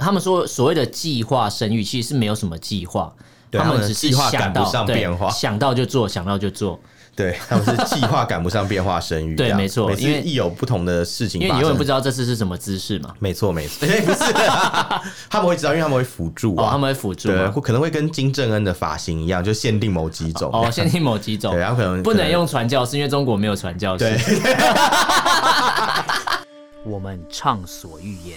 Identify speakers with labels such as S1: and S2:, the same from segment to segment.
S1: 他们说所谓的计划生育，其实是没有什么计划，
S2: 对
S1: 们
S2: 他们
S1: 只
S2: 的
S1: 是
S2: 计划
S1: 想
S2: 赶不
S1: 到
S2: 上
S1: 对
S2: 变化
S1: 想到就做，想到就做。
S2: 对，他们是计划赶不上变化生育，
S1: 对
S2: 这样
S1: 没错
S2: 每次
S1: 因为
S2: 一有不同的事情
S1: 因为
S2: 发
S1: 你
S2: 生，
S1: 永远不知道这次是什么姿势嘛，
S2: 没错没错，哎不是，他们会知道，因为他们会辅助
S1: 哦，
S2: 啊，
S1: 他们会辅助
S2: 对，
S1: 嘛。
S2: 会可能会跟金正恩的发型一样，就限定某几种，
S1: 哦，限定某几种
S2: 对，，然后可能
S1: 不能。
S2: 可
S1: 用传教士，因为中国没有传教士
S2: 对。
S3: 我们畅所欲言；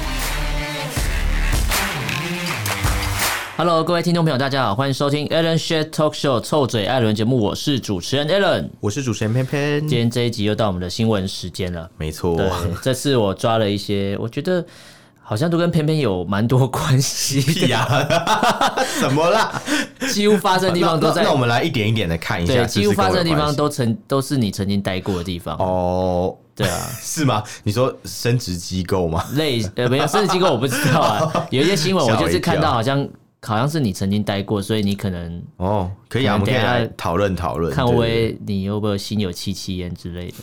S1: Hello，各位听众朋友，大家好，欢迎收听 Alan s h a t Talk Show 臭嘴艾伦节目，我是主持人 Alan。
S2: 我是主持人偏
S1: 今
S2: 偏，
S1: 天这一集又到我们的新闻时间了。
S2: 没错，
S1: 对， 这次我抓了一些，我觉得好像都跟偏偏有蛮多关系
S2: 屁
S1: 的，
S2: 呀，怎么啦？
S1: 几乎发生的地方都
S2: 那那
S1: 在
S2: 那我。们来一点一点的看一下，
S1: 对，
S2: 是不
S1: 几
S2: 是
S1: 乎发生的地
S2: 跟我
S1: 方
S2: 有关系
S1: 都曾都是你曾经待过的地方，
S2: 哦，
S1: 对啊，
S2: 是吗？你说生殖机构吗？
S1: 类呃没有，甚至机构我不知道 啊，有一些新闻我
S2: 吓我
S1: 就是
S2: 一跳
S1: 看到好像好像是你曾经待过，所以你可能
S2: 哦，可以啊，我
S1: 可能
S2: 们可以
S1: 等一下
S2: 来讨论讨论。
S1: 看
S2: 对对
S1: 微你有没有心有戚戚焉之类 的。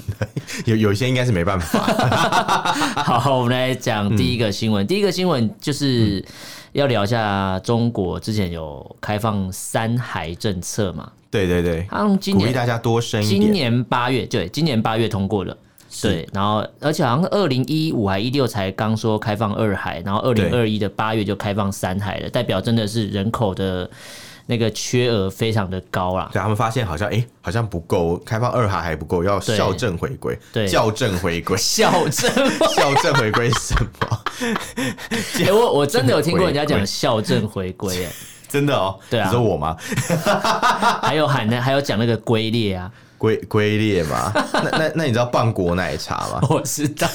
S2: 有有一些应该是没办法，
S1: 好，我们来
S2: 嗯
S1: 讲第一个新闻。第一个新闻就是要聊一下中国之前有开放三孩政策嘛，
S2: 对对对，
S1: 他们今
S2: 鼓励大
S1: 年
S2: 家多生一
S1: 今
S2: 点，
S1: 年八月对，今年八月通过了。对，然后而且好像二零一五还一六才刚说开放二孩，然后二零二一的八月就开放三孩了，代表真的是人口的那个缺额非常的高 啦。
S2: 对他们发现好像哎、诶好像不够，开放二孩还不够，要
S1: 对
S2: 校正回归，
S1: 对，
S2: 校正回归
S1: 校正，
S2: 校正回归是什么？
S1: 哎、我我真的有听过人家
S2: 回
S1: 讲
S2: 归
S1: 校正回归、 哎，
S2: 真的哦，
S1: 对啊
S2: 你说我吗？
S1: 还有喊那还有讲那个龟裂啊，？
S2: 龟龟裂嘛？那那那你知道棒果奶茶吗
S1: 我知道。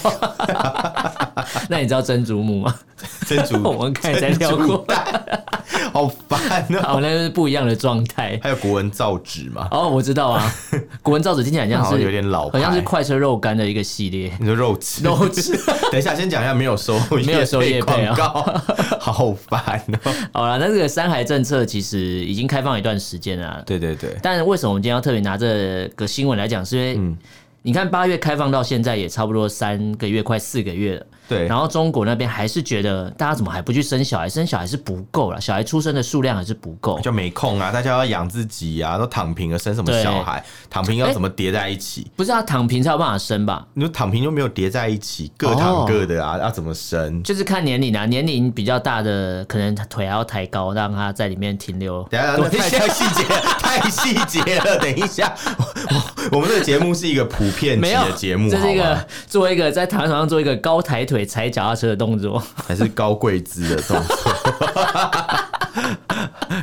S1: 那你知道珍珠母吗？
S2: 珍珠，
S1: 我们刚才聊
S2: 珍珠
S1: 过，
S2: 蛋， 好烦哦、
S1: 好，那就是不一样的状态。
S2: 还有国文造纸嘛？
S1: 哦，我知道啊，古文造纸听起来很像
S2: 那好
S1: 是
S2: 像有点老牌
S1: 好像是快车肉干的一个系列。
S2: 你说肉吃，
S1: 肉吃。
S2: 等一下，先讲一下没有收
S1: 没有收业
S2: 业
S1: 配
S2: 广
S1: 啊
S2: 告， 好烦哦、
S1: 好了，那这个三孩政策其实已经开放一段时间了啊。
S2: 对对对，
S1: 但为什么我们今天要特别拿这个新闻来讲？是因
S2: 嗯
S1: 为你看八月开放到现在也差不多三个月，快四个月了。
S2: 对
S1: 然后中国那边还是觉得大家怎么还不去生小孩？生小孩是不够了，小孩出生的数量还是不够。
S2: 就没空啊，大家要养自己啊，都躺平了，生什么
S1: 对
S2: 小孩？躺平要怎么叠在一起？
S1: 不是啊，躺平才有办法生吧？
S2: 你说躺平又没有叠在一起，各躺各的
S1: 哎
S2: 啊，要怎么生？
S1: 就是看年龄啊，年龄比较大的，可能腿还要抬高，让他在里面停留。
S2: 等一下，那太太细节 了，太细节了。等一下， 我我我们这个节目是一个普遍级
S1: 没有
S2: 的节目，
S1: 这是一
S2: 好
S1: 个
S2: 吗
S1: 做一个在躺床上做一个高抬腿踩脚踏车的动作。
S2: 还是高贵姿的动作，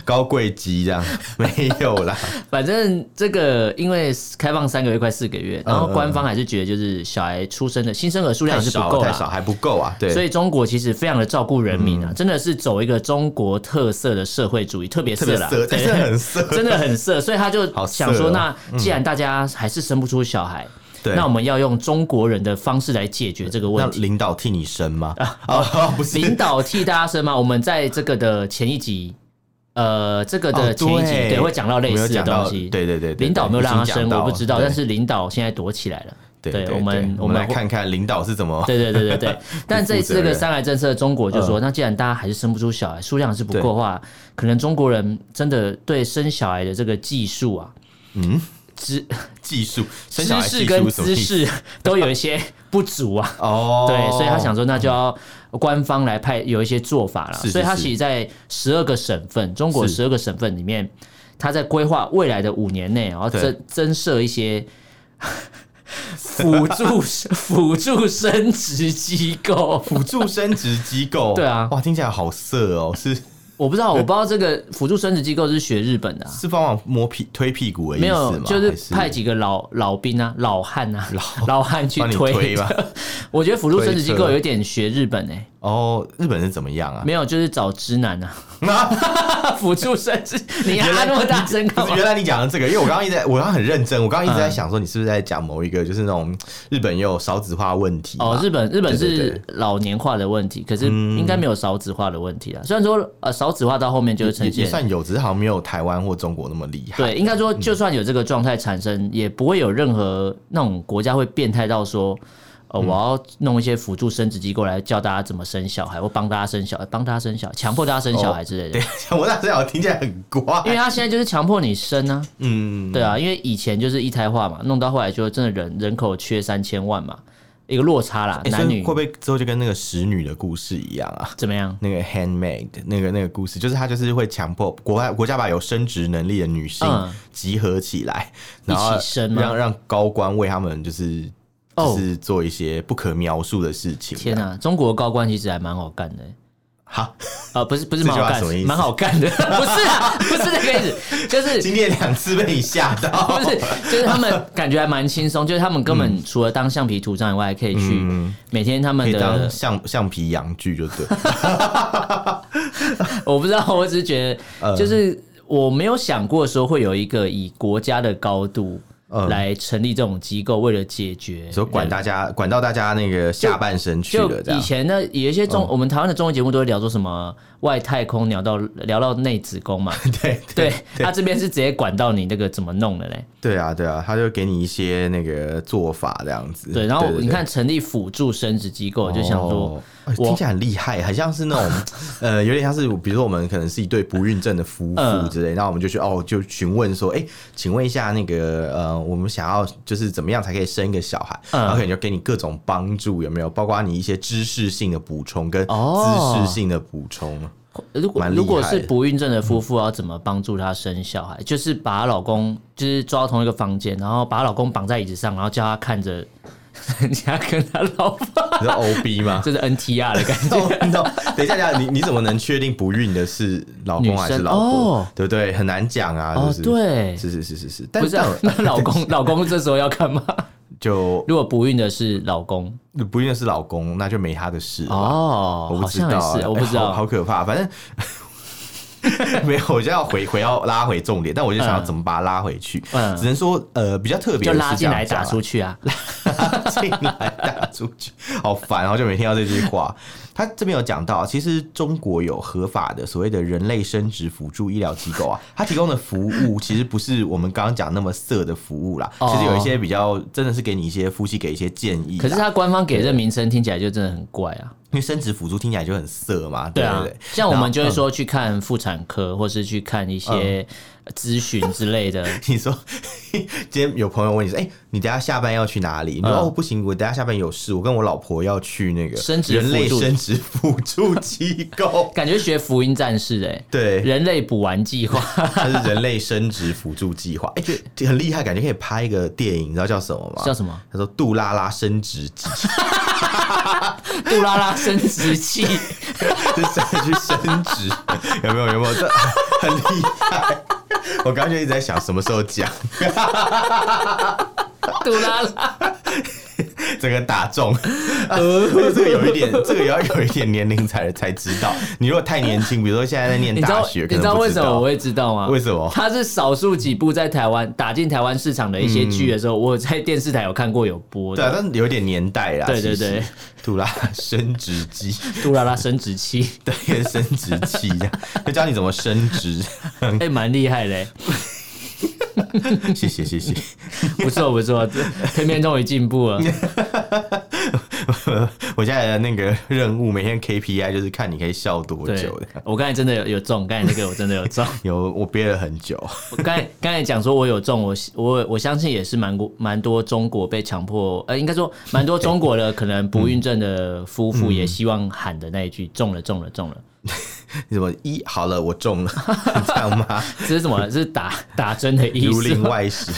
S2: 高贵级这样没有啦。
S1: 反正这个因为开放三个月快四个月，然后官方还是觉得就是小孩出生的新生儿数量
S2: 太
S1: 还是不
S2: 少
S1: 够
S2: 太
S1: 啦
S2: 少，还不够啊。对，嗯
S1: 所以中国其实非常的照顾人民啊，真的是走一个中国特色的社会主义，特别
S2: 特
S1: 色
S2: 别
S1: 啦，
S2: 色，真的 很色。
S1: 真的很色，所以他就
S2: 好色
S1: 想说，
S2: 哦
S1: 那既然大家还是生不出小孩，
S2: 对
S1: 那我们要用中国人的方式来解决这个
S2: 那
S1: 问题。哦
S2: 领导替你生吗？啊，不 是
S1: 领导替大家生吗？我们在这个的前一集，呃，这个的
S2: 哦
S1: 前一集、
S2: 对
S1: 对会讲到类
S2: 我们有
S1: 似的
S2: 讲到
S1: 东西，
S2: 对对对对
S1: 领导有没有让他
S2: 已经讲
S1: 生，
S2: 到
S1: 我
S2: 了
S1: 不知道，
S2: 对
S1: 但是领导现在躲起来了。
S2: 对对，
S1: 我们
S2: 我们来，看看领导是怎么
S1: 对对对对 对。但这一次这个
S2: 任嗯
S1: 三孩政策，中国就说，那既然大家还是生不出小孩，数量是不够的话，可能中国人真的对生小孩的这个技术啊，嗯，知
S2: 技术、生小
S1: 知
S2: 孩
S1: 识
S2: 技
S1: 跟
S2: 术是什么
S1: 姿
S2: 意思
S1: 势都有一些不足啊。
S2: 哦，
S1: 对，所以他想说，那就要官方来派有一些做法了。
S2: 是是
S1: 所以他
S2: 是
S1: 其实在十二个省份，中国
S2: 是
S1: 十二个省份里面，他在规划未来的五年内，然后
S2: 对
S1: 增增设一些辅助 辅助生殖机构。
S2: 辅助生殖机构，
S1: 对啊
S2: 哇，听起来好色哦，是
S1: 我不知道，我不知道这个辅助生殖机构是学日本的、啊。
S2: 是帮忙摸屁推屁股的意
S1: 没
S2: 思吗？
S1: 有，就是
S2: 还是
S1: 派几个老老兵啊、老汉啊、老汉去
S2: 帮你
S1: 推
S2: 推吧。
S1: 我觉得辅助生殖机
S2: 推
S1: 构
S2: 车
S1: 有点学日本哎、
S2: 哦，日本人怎么样啊？
S1: 没有，就是找直男 啊，辅助生殖，你
S2: 原来
S1: 啊那么大声
S2: 不
S1: 干
S2: 是
S1: 嘛
S2: 原？来你讲的这个，因为我刚刚一直在，我刚刚很认真，我刚刚一
S1: 嗯
S2: 直在想说，你是不是在讲某一个，就是那种日本也有少子化问题嘛
S1: 哦，日本日本
S2: 对对嗯
S1: 是老年化的问题，可是应该没有少子化的问题啊。虽然说呃少子化到后面就会
S2: 也
S1: 呈
S2: 也
S1: 现，
S2: 算嗯有，只是好像没有台湾或中国那么厉害。
S1: 对，应该说就算有这个状态产生，也不会有任何那种国家会变态到说。
S2: 嗯
S1: 呃，我要弄一些辅助生殖机构来教大家怎么生小孩，或帮大家生小孩，帮大家生小孩，强迫大家生小孩之类的。
S2: 对， 我那时候听起来很怪
S1: 因，为他现在就是强迫你生啊，
S2: 嗯，
S1: 对啊，因为以前就是一胎化嘛，弄到后来就真的人人口缺三千万嘛，一个落差啦，
S2: 欸所以
S1: 男女
S2: 会不会之后就跟那个使女的故事一样啊？
S1: 怎么样？
S2: 那个 handmade 那个那个故事，就是他就是会强迫国外国家把有生殖能力的女性
S1: 嗯
S2: 集合起来，
S1: 一
S2: 然后
S1: 起生吗
S2: 让让高官为他们就是
S1: 哦
S2: 就是做一些不可描述的事情。
S1: 天哪、中国高官其实还蛮好干的、
S2: 好，
S1: 啊，不是不是
S2: 这
S1: 蛮
S2: 句
S1: 好
S2: 话
S1: 干
S2: 什么意，思
S1: 蛮好干的， 不是啊，不是那个意思，就是
S2: 今天两次被你吓 到，
S1: 不是就是他们感觉还蛮轻松，就是他们根本除了当橡皮图章以外，还可以去每天他
S2: 嗯可
S1: 们
S2: 以当
S1: 的，
S2: 橡橡皮洋剧就对。
S1: 我不知道，我只是觉
S2: 呃
S1: 得就是我没有想过说会有一个以国家的高度
S2: 嗯
S1: 来成立这种机构，为了解决
S2: 所以管大家管到大家那个下半身去
S1: 就
S2: 了，这
S1: 以
S2: 样。嗯
S1: 前呢，有一些综、我们台湾的综艺节目都会聊说什么外太空聊到聊到内子宫嘛，
S2: 对
S1: 对，他、这边是直接管到你那个怎么弄的嘞，
S2: 对啊，对啊，他就给你一些那个做法这样子。
S1: 对，然后你看成立辅助生殖机构，就想说。
S2: 哦哎听起来很厉害，很像是 那种呃，有点像是比如说我们可能是一对不孕症的夫妇
S1: 嗯
S2: 之类，那、我们就去哦，就询问说，哎、请问一下那个呃，我们想要就是怎么样才可以生一个小孩，
S1: 嗯
S2: 然后可能就给你各种帮助，有没有？包括你一些知识性的补充跟
S1: 哦
S2: 知识性的补充。
S1: 如果
S2: 蛮厉害的
S1: 如果是不孕症的夫妇，要怎么帮助她生小孩？就是把她老公就是抓到同一个房间，然后把她老公绑在椅子上，然后叫她看 着人家跟她老婆，
S2: 你说 O B 吗？
S1: 这是 NTR 的感 觉。
S2: no, no, 等一下，等一下，你你怎么能确定不孕的是老公还是老
S1: 女生
S2: 婆？
S1: 哦
S2: 对不对？很难讲啊，
S1: 哦
S2: 就是、，
S1: 对，
S2: 是是是是是，但
S1: 不是啊、
S2: 但
S1: 那老公老公这时候要干嘛？
S2: 就
S1: 如果不孕的是老公
S2: 不孕的是老公，那就没他的事了吧
S1: 哦
S2: 我，不
S1: 好
S2: 知
S1: 像
S2: 道啊，
S1: 也是，我不
S2: 哎
S1: 知道。
S2: 好好可怕。反正 没有，我就要回回要拉回重点，但我就想要
S1: 嗯
S2: 怎么把它拉回去，
S1: 嗯
S2: 只能说呃比较特别
S1: 就
S2: 的
S1: 拉
S2: 是这
S1: 进
S2: 样
S1: 来
S2: 讲
S1: 打
S2: 啊
S1: 出去啊！
S2: 进来打出去，好烦，好久没听到这句话。他这边有讲到，其实中国有合法的所谓的人类生殖辅助医疗机构啊，它提供的服务其实不是我们刚刚讲那么色的服务啦，
S1: 哦
S2: 其实有一些比较真的是给你一些夫妻给一些建议啦。
S1: 可是他官方给这名称听起来就真的很怪啊。
S2: 因为生殖辅助听起来就很色嘛，
S1: 对
S2: 对
S1: 啊
S2: 不对？，
S1: 像我
S2: 然后
S1: 们就会
S2: 嗯
S1: 说去看妇产科，或是去看一些
S2: 嗯
S1: 咨询之类的。
S2: 你说 今天有朋友问你说，哎、你等一下下班要去哪里？你说、
S1: 嗯
S2: 哦，不行，我等一下下班有事，我跟我老婆要去那个
S1: 生殖
S2: 人类
S1: 辅助。
S2: 生殖辅助机构
S1: 感觉学福音战士哎、
S2: 对，
S1: 人类补完计划
S2: 它是人类生殖辅助计划，哎、这很厉害，感觉可以拍一个电影，你知道叫什么吗？
S1: 叫什么？
S2: 他说杜拉拉生殖记，
S1: 杜拉拉生殖器，
S2: 就是真的去生殖，有没有？有没有？这很厉害。我刚刚就一直在想什么时候讲，
S1: 杜拉 拉
S2: 整个打中。啊这个有一点，这个也要有一点年龄才才知道。你如果太年轻，比如说现在在念
S1: 你知
S2: 大
S1: 道
S2: 学，
S1: 你
S2: 可能
S1: 知道
S2: 不
S1: 为什么我会知道吗？
S2: 为什么
S1: 它是少数几部在台湾打进台湾市场的一些剧的时候，我有在电视台有看过有播
S2: 嗯对啊，
S1: 的。
S2: 但是有点年代啦。
S1: 对对
S2: 其实
S1: 对，
S2: 杜拉拉生殖机，
S1: 杜拉拉生殖器，
S2: 对，生殖器这样， 就教你怎么生殖。
S1: 哎、蛮厉害的、欸，
S2: 谢谢谢 谢，
S1: 不错不错，这天边终于进步 了。
S2: 我现在的那个任务每天 KPI 就是看你可以笑多
S1: 对
S2: 久的。，
S1: 我刚才真的有有中，刚才那个我真的有 中。
S2: 有我憋了很久，
S1: 我刚才刚才讲说我有中，我我我相信也是蛮多蛮多中国被强迫，呃，应该说蛮多
S2: 嗯
S1: 中国的可能不孕症的夫妇也希望喊的那一句中了中了中了，
S2: 你怎么一好了，我中了， 你这样吗？
S1: 这是什么？ 这是打打针的意
S2: 如
S1: 思
S2: 临
S1: 吗。
S2: 外史，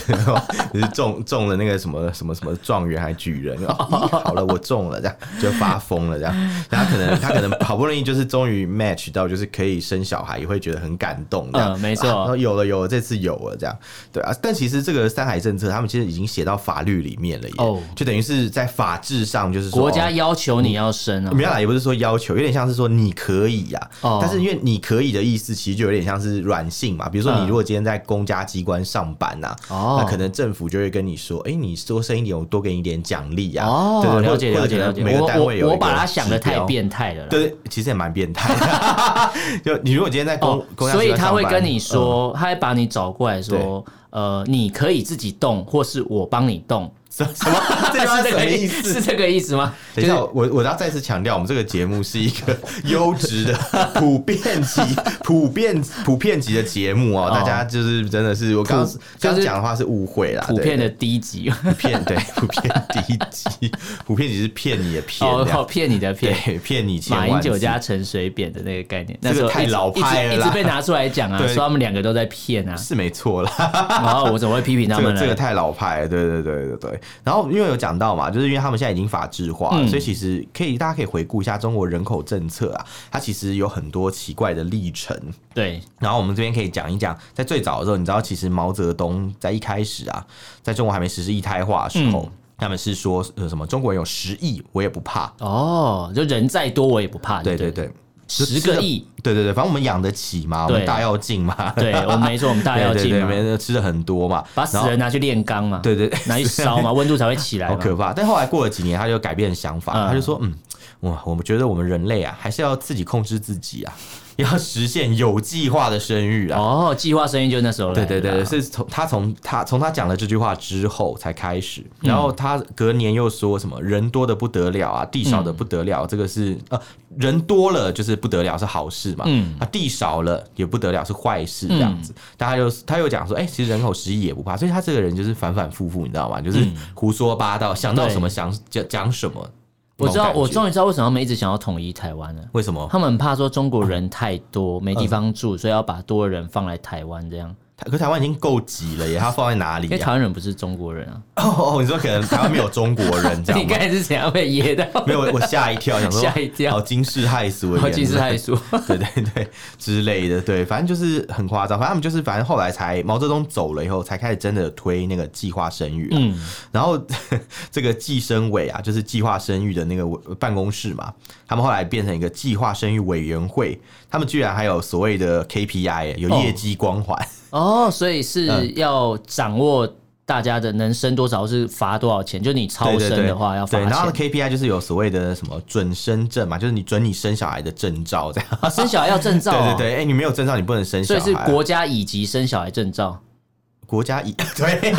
S2: 你是中中了那个什么什么什么状元还举人，哦咦好了，我中了，这样就发疯了，这样。然后可能他可能好不容易就是终于 match 到，就是可以生小孩，也会觉得很感动，这样。
S1: 嗯没错
S2: 啊然后有了有了，这次有了，这样。对啊，但其实这个三孩政策，他们其实已经写到法律里面了耶，
S1: 哦
S2: 就等于是在法制上，就是说
S1: 国家
S2: 哦
S1: 要求你要生啊，
S2: 没有啦，也不是说要求，有点像是说你可以呀、
S1: 哦
S2: 但是因为你可以的意思，其实就有点像是软性嘛。比如说
S1: 嗯
S2: 你如果今天在公家机关上班呐、
S1: 哦
S2: 那可能政府就会跟你说，哎、你多生一点，我多给你一点奖励呀。
S1: 哦，
S2: 对对，
S1: 了解
S2: 或者
S1: 了解
S2: 或者
S1: 了
S2: 可
S1: 解。
S2: 能每个单位有
S1: 我我我
S2: 一个
S1: 把它想的
S2: 指
S1: 太
S2: 标。
S1: 变态了啦。
S2: 对，其实也蛮变 态的。 就你如果今天在公、
S1: 哦，
S2: 公家机关上班，
S1: 所以他会跟你
S2: 嗯、
S1: 说，他会把你找过来说，呃，你可以自己动，或是我帮你动，
S2: 什 么什么， 这句
S1: 是
S2: 话是
S1: 这
S2: 什么
S1: 个
S2: 意
S1: 思？
S2: 思
S1: 是？这个意思吗？
S2: 等一下，我我要再次强调，我们这个节目是一 个优质的、 普遍级、普遍普遍级的节目哦。
S1: 哦
S2: 大家就是真的是我刚
S1: 普
S2: 刚
S1: 就是
S2: 讲的话是误会啦，
S1: 普遍的
S2: 对
S1: 低级，
S2: 对普遍对普遍低级，普遍级是骗你的骗
S1: 哦
S2: 这，
S1: 哦
S2: 样，
S1: 骗你的骗。
S2: 对骗你千
S1: 马
S2: 万
S1: 英九
S2: 次
S1: 加陈水扁的那个概念，
S2: 这
S1: 那
S2: 个
S1: 时候
S2: 太
S1: 一直
S2: 老派了
S1: 一直
S2: 啦
S1: 一直被拿出来讲啊，
S2: 对
S1: 说他们两个都在骗啊，
S2: 是没错啦。
S1: 然后我怎么会批评他
S2: 这
S1: 们
S2: 个
S1: 呢？
S2: 这个太老派了，对对对对对。然后因为有讲到嘛，就是因为他们现在已经法制化了，
S1: 嗯
S2: 所以其实可以大家可以回顾一下中国人口政策啊，它其实有很多奇怪的历程。
S1: 对，
S2: 然后我们这边可以讲一讲，在最早的时候，你知道，其实毛泽东在一开始啊，在中国还没实施一胎化的时候，
S1: 嗯
S2: 他们是说呃什么中国人有十亿，我也不怕。
S1: 哦，就人再多我也不怕，
S2: 对
S1: 对
S2: 对，对，就
S1: 十
S2: 吃
S1: 个
S2: 得
S1: 亿，，
S2: 对对对，反正我们养得起嘛，我
S1: 对
S2: 们大跃进嘛，
S1: 对我们没错，我们大
S2: 对
S1: 跃
S2: 对
S1: 进
S2: 对，
S1: 嘛，
S2: 没吃的很多嘛，
S1: 把死
S2: 然后
S1: 人拿去炼钢嘛，
S2: 对对 对
S1: 拿去烧嘛，温度才会起来
S2: 好
S1: 嘛。
S2: 可怕！但后来过了几年，他就改变想法，
S1: 嗯
S2: 他就说：“嗯，哇，我们觉得我们人类啊，还是要自己控制自己啊， 要实现有计划的生育啊。
S1: 哦，计划生育就是那时候来的
S2: 对对对，
S1: 啦，
S2: 是从他从他从他讲了这句话之后才开始，
S1: 嗯
S2: 然后他隔年又说什么人多的不得了啊，地少的不得
S1: 嗯
S2: 了，这个是呃人多了就是不得了是好事嘛，
S1: 嗯
S2: 啊地少了也不得了是坏事这样子，但他又他又讲说，哎、其实人口十亿也不怕，所以他这个人就是反反复复，你知道吗？就是
S1: 嗯
S2: 胡说八道，想到什么想讲讲什么，
S1: 我知道，我
S2: 终
S1: 终于知道为什么他们一直想要统一台湾了。啊
S2: 为什么
S1: 他们很怕说中国人太多没地方住，所以要把多的人放来台湾这样，
S2: 他可台湾已经够挤了耶，他放在哪里
S1: 因为台
S2: 呀、
S1: 湾人不是中国人啊。
S2: 哦，你说可能台湾没有中国 人这样
S1: 你
S2: 吗
S1: 刚？才是怎样被噎到？
S2: 没有，我我吓一跳，想说
S1: 吓一跳
S2: 好惊世骇俗的言
S1: 我
S2: 论，
S1: 近视太熟。
S2: 对对对之类的，对，反正就是很夸张。反正他们就是，反正后来才毛泽东走了以后，才开始真的推那个计划生育、嗯，然后这个计生委啊，就是计划生育的那个委办公室嘛，他们后来变成一个计划生育委员会，他们居然还有所谓的 KPI，有业绩光环。
S1: 哦，所以是
S2: 嗯
S1: 要掌握大家的能生多少，是罚多少钱？就你超
S2: 对对
S1: 生
S2: 对
S1: 的话要罚
S2: 对，然后
S1: 钱。
S2: KPI 就是有所谓的什么准生证嘛，就是你准你生小孩的证照这样。
S1: 啊，生小孩要证照
S2: 对
S1: 哦。
S2: 对对，哎、你没有证照，你不能生小
S1: 所
S2: 孩
S1: 以
S2: 啊。
S1: 是国家以及生小孩证照。
S2: 国家以 对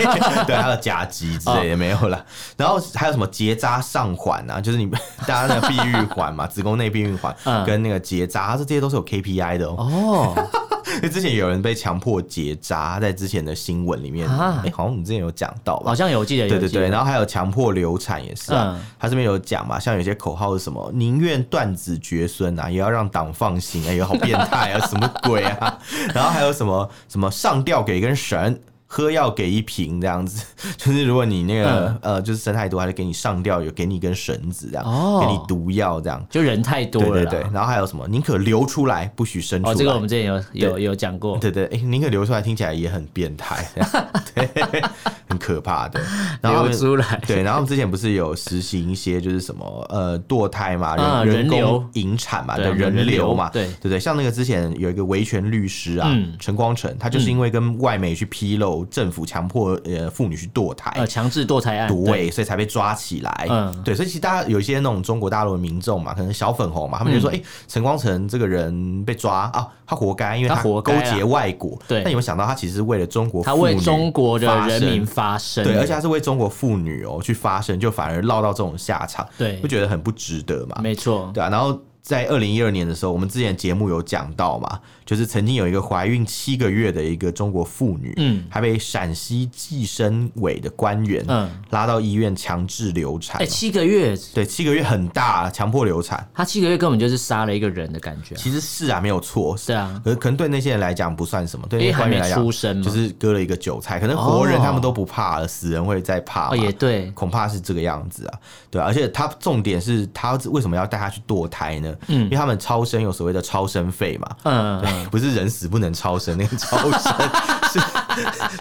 S2: 对，还有甲级之
S1: 哦
S2: 类的没有了。然后还有什么结扎上环啊，就是你 大家那个避孕环嘛，子 宫内避孕环
S1: 嗯
S2: 跟那个结扎，它这这些都是有 KPI 的哦。
S1: 哦，
S2: 因 为之前有人被强迫结扎，在之前的新闻里面，
S1: 啊哦
S2: 哎，好像我们之前有讲到吧
S1: 好？像有我记得有
S2: 对对
S1: 记得
S2: 对，然后还有强迫流产也是啊
S1: 嗯，
S2: 他这边有讲嘛，像有些口号是什么“宁愿断子绝孙啊，也要让党放心”，哎呦，好变态啊，什么鬼 啊？然后还有什么什么上吊给一根绳。喝药给一瓶这样子， 就是如果你那个、
S1: 嗯
S2: 呃，就是生太多，他就给你上吊，有给你一根绳子这样，
S1: 哦
S2: 给你毒药这样。
S1: 就人太多
S2: 对
S1: 了
S2: 对
S1: 啦。
S2: 对，然后还有什么？宁可流出来，不许生出来。
S1: 哦，这个我们之前有有有讲过。
S2: 对对，哎、宁可流出来听起来也很变态，这 样对，很可怕的。然后他
S1: 流
S2: 们
S1: 出来，
S2: 对，然后我们之前不是有实行一些就是什么呃堕胎嘛，人、
S1: 啊人
S2: 人
S1: 流
S2: 工引产嘛，
S1: 对我
S2: 对
S1: 们人
S2: 人
S1: 流
S2: 流嘛，
S1: 对
S2: 对不对？像那个之前有一个维权律师啊，
S1: 嗯
S2: 陈光诚，他就是因为跟外媒去披露政府强迫呃妇女去堕胎。
S1: 呃，强制堕胎案，
S2: 毒
S1: 对，
S2: 位，所以才被抓起来。
S1: 嗯
S2: 对，所以其实大家有一些那种中国大陆的民众嘛，可能小粉红嘛，他们就
S1: 嗯
S2: 说：“哎、陈光诚这个人被抓啊，他活该，因为
S1: 他
S2: 他
S1: 活
S2: 勾
S1: 该啊
S2: 结外国。”
S1: 对
S2: 但有没有想到他其实是为了中国妇女
S1: 他
S2: 发
S1: 为
S2: 声，
S1: 中国的人民发声，
S2: 对，而且他是为中国妇女哦去发声，就反而落到这种下场，
S1: 对
S2: 不觉得很不值得嘛？
S1: 没错，
S2: 对啊，然后在二零一二年的时候，我们之前节目有讲到嘛，就是曾经有一个怀孕七个月的一个中国妇女，
S1: 嗯，
S2: 还被陕西计生委的官员，
S1: 嗯
S2: 拉到医院强制流产
S1: 哎、
S2: 哦。
S1: 七个月，
S2: 对，七个月很大，强迫流产，
S1: 他七个月根本就是杀了一个人的感觉啊、
S2: 其实是啊，没有错，
S1: 对啊
S2: 可可能对那些人来讲不算什么，对那
S1: 因为
S2: 些
S1: 还
S2: 官
S1: 没
S2: 员来讲
S1: 出，生嘛，
S2: 就是割了一个韭菜，可能活人
S1: 哦
S2: 他们都不怕了，死人会再怕嘛
S1: 哦，也对，
S2: 恐怕是这个样子啊，对啊而且他重点是他为什么要带他去堕胎呢？因为他们超生有所谓的超生费嘛，
S1: 嗯，嗯
S2: 对，不是人死不能超生，那个超生 是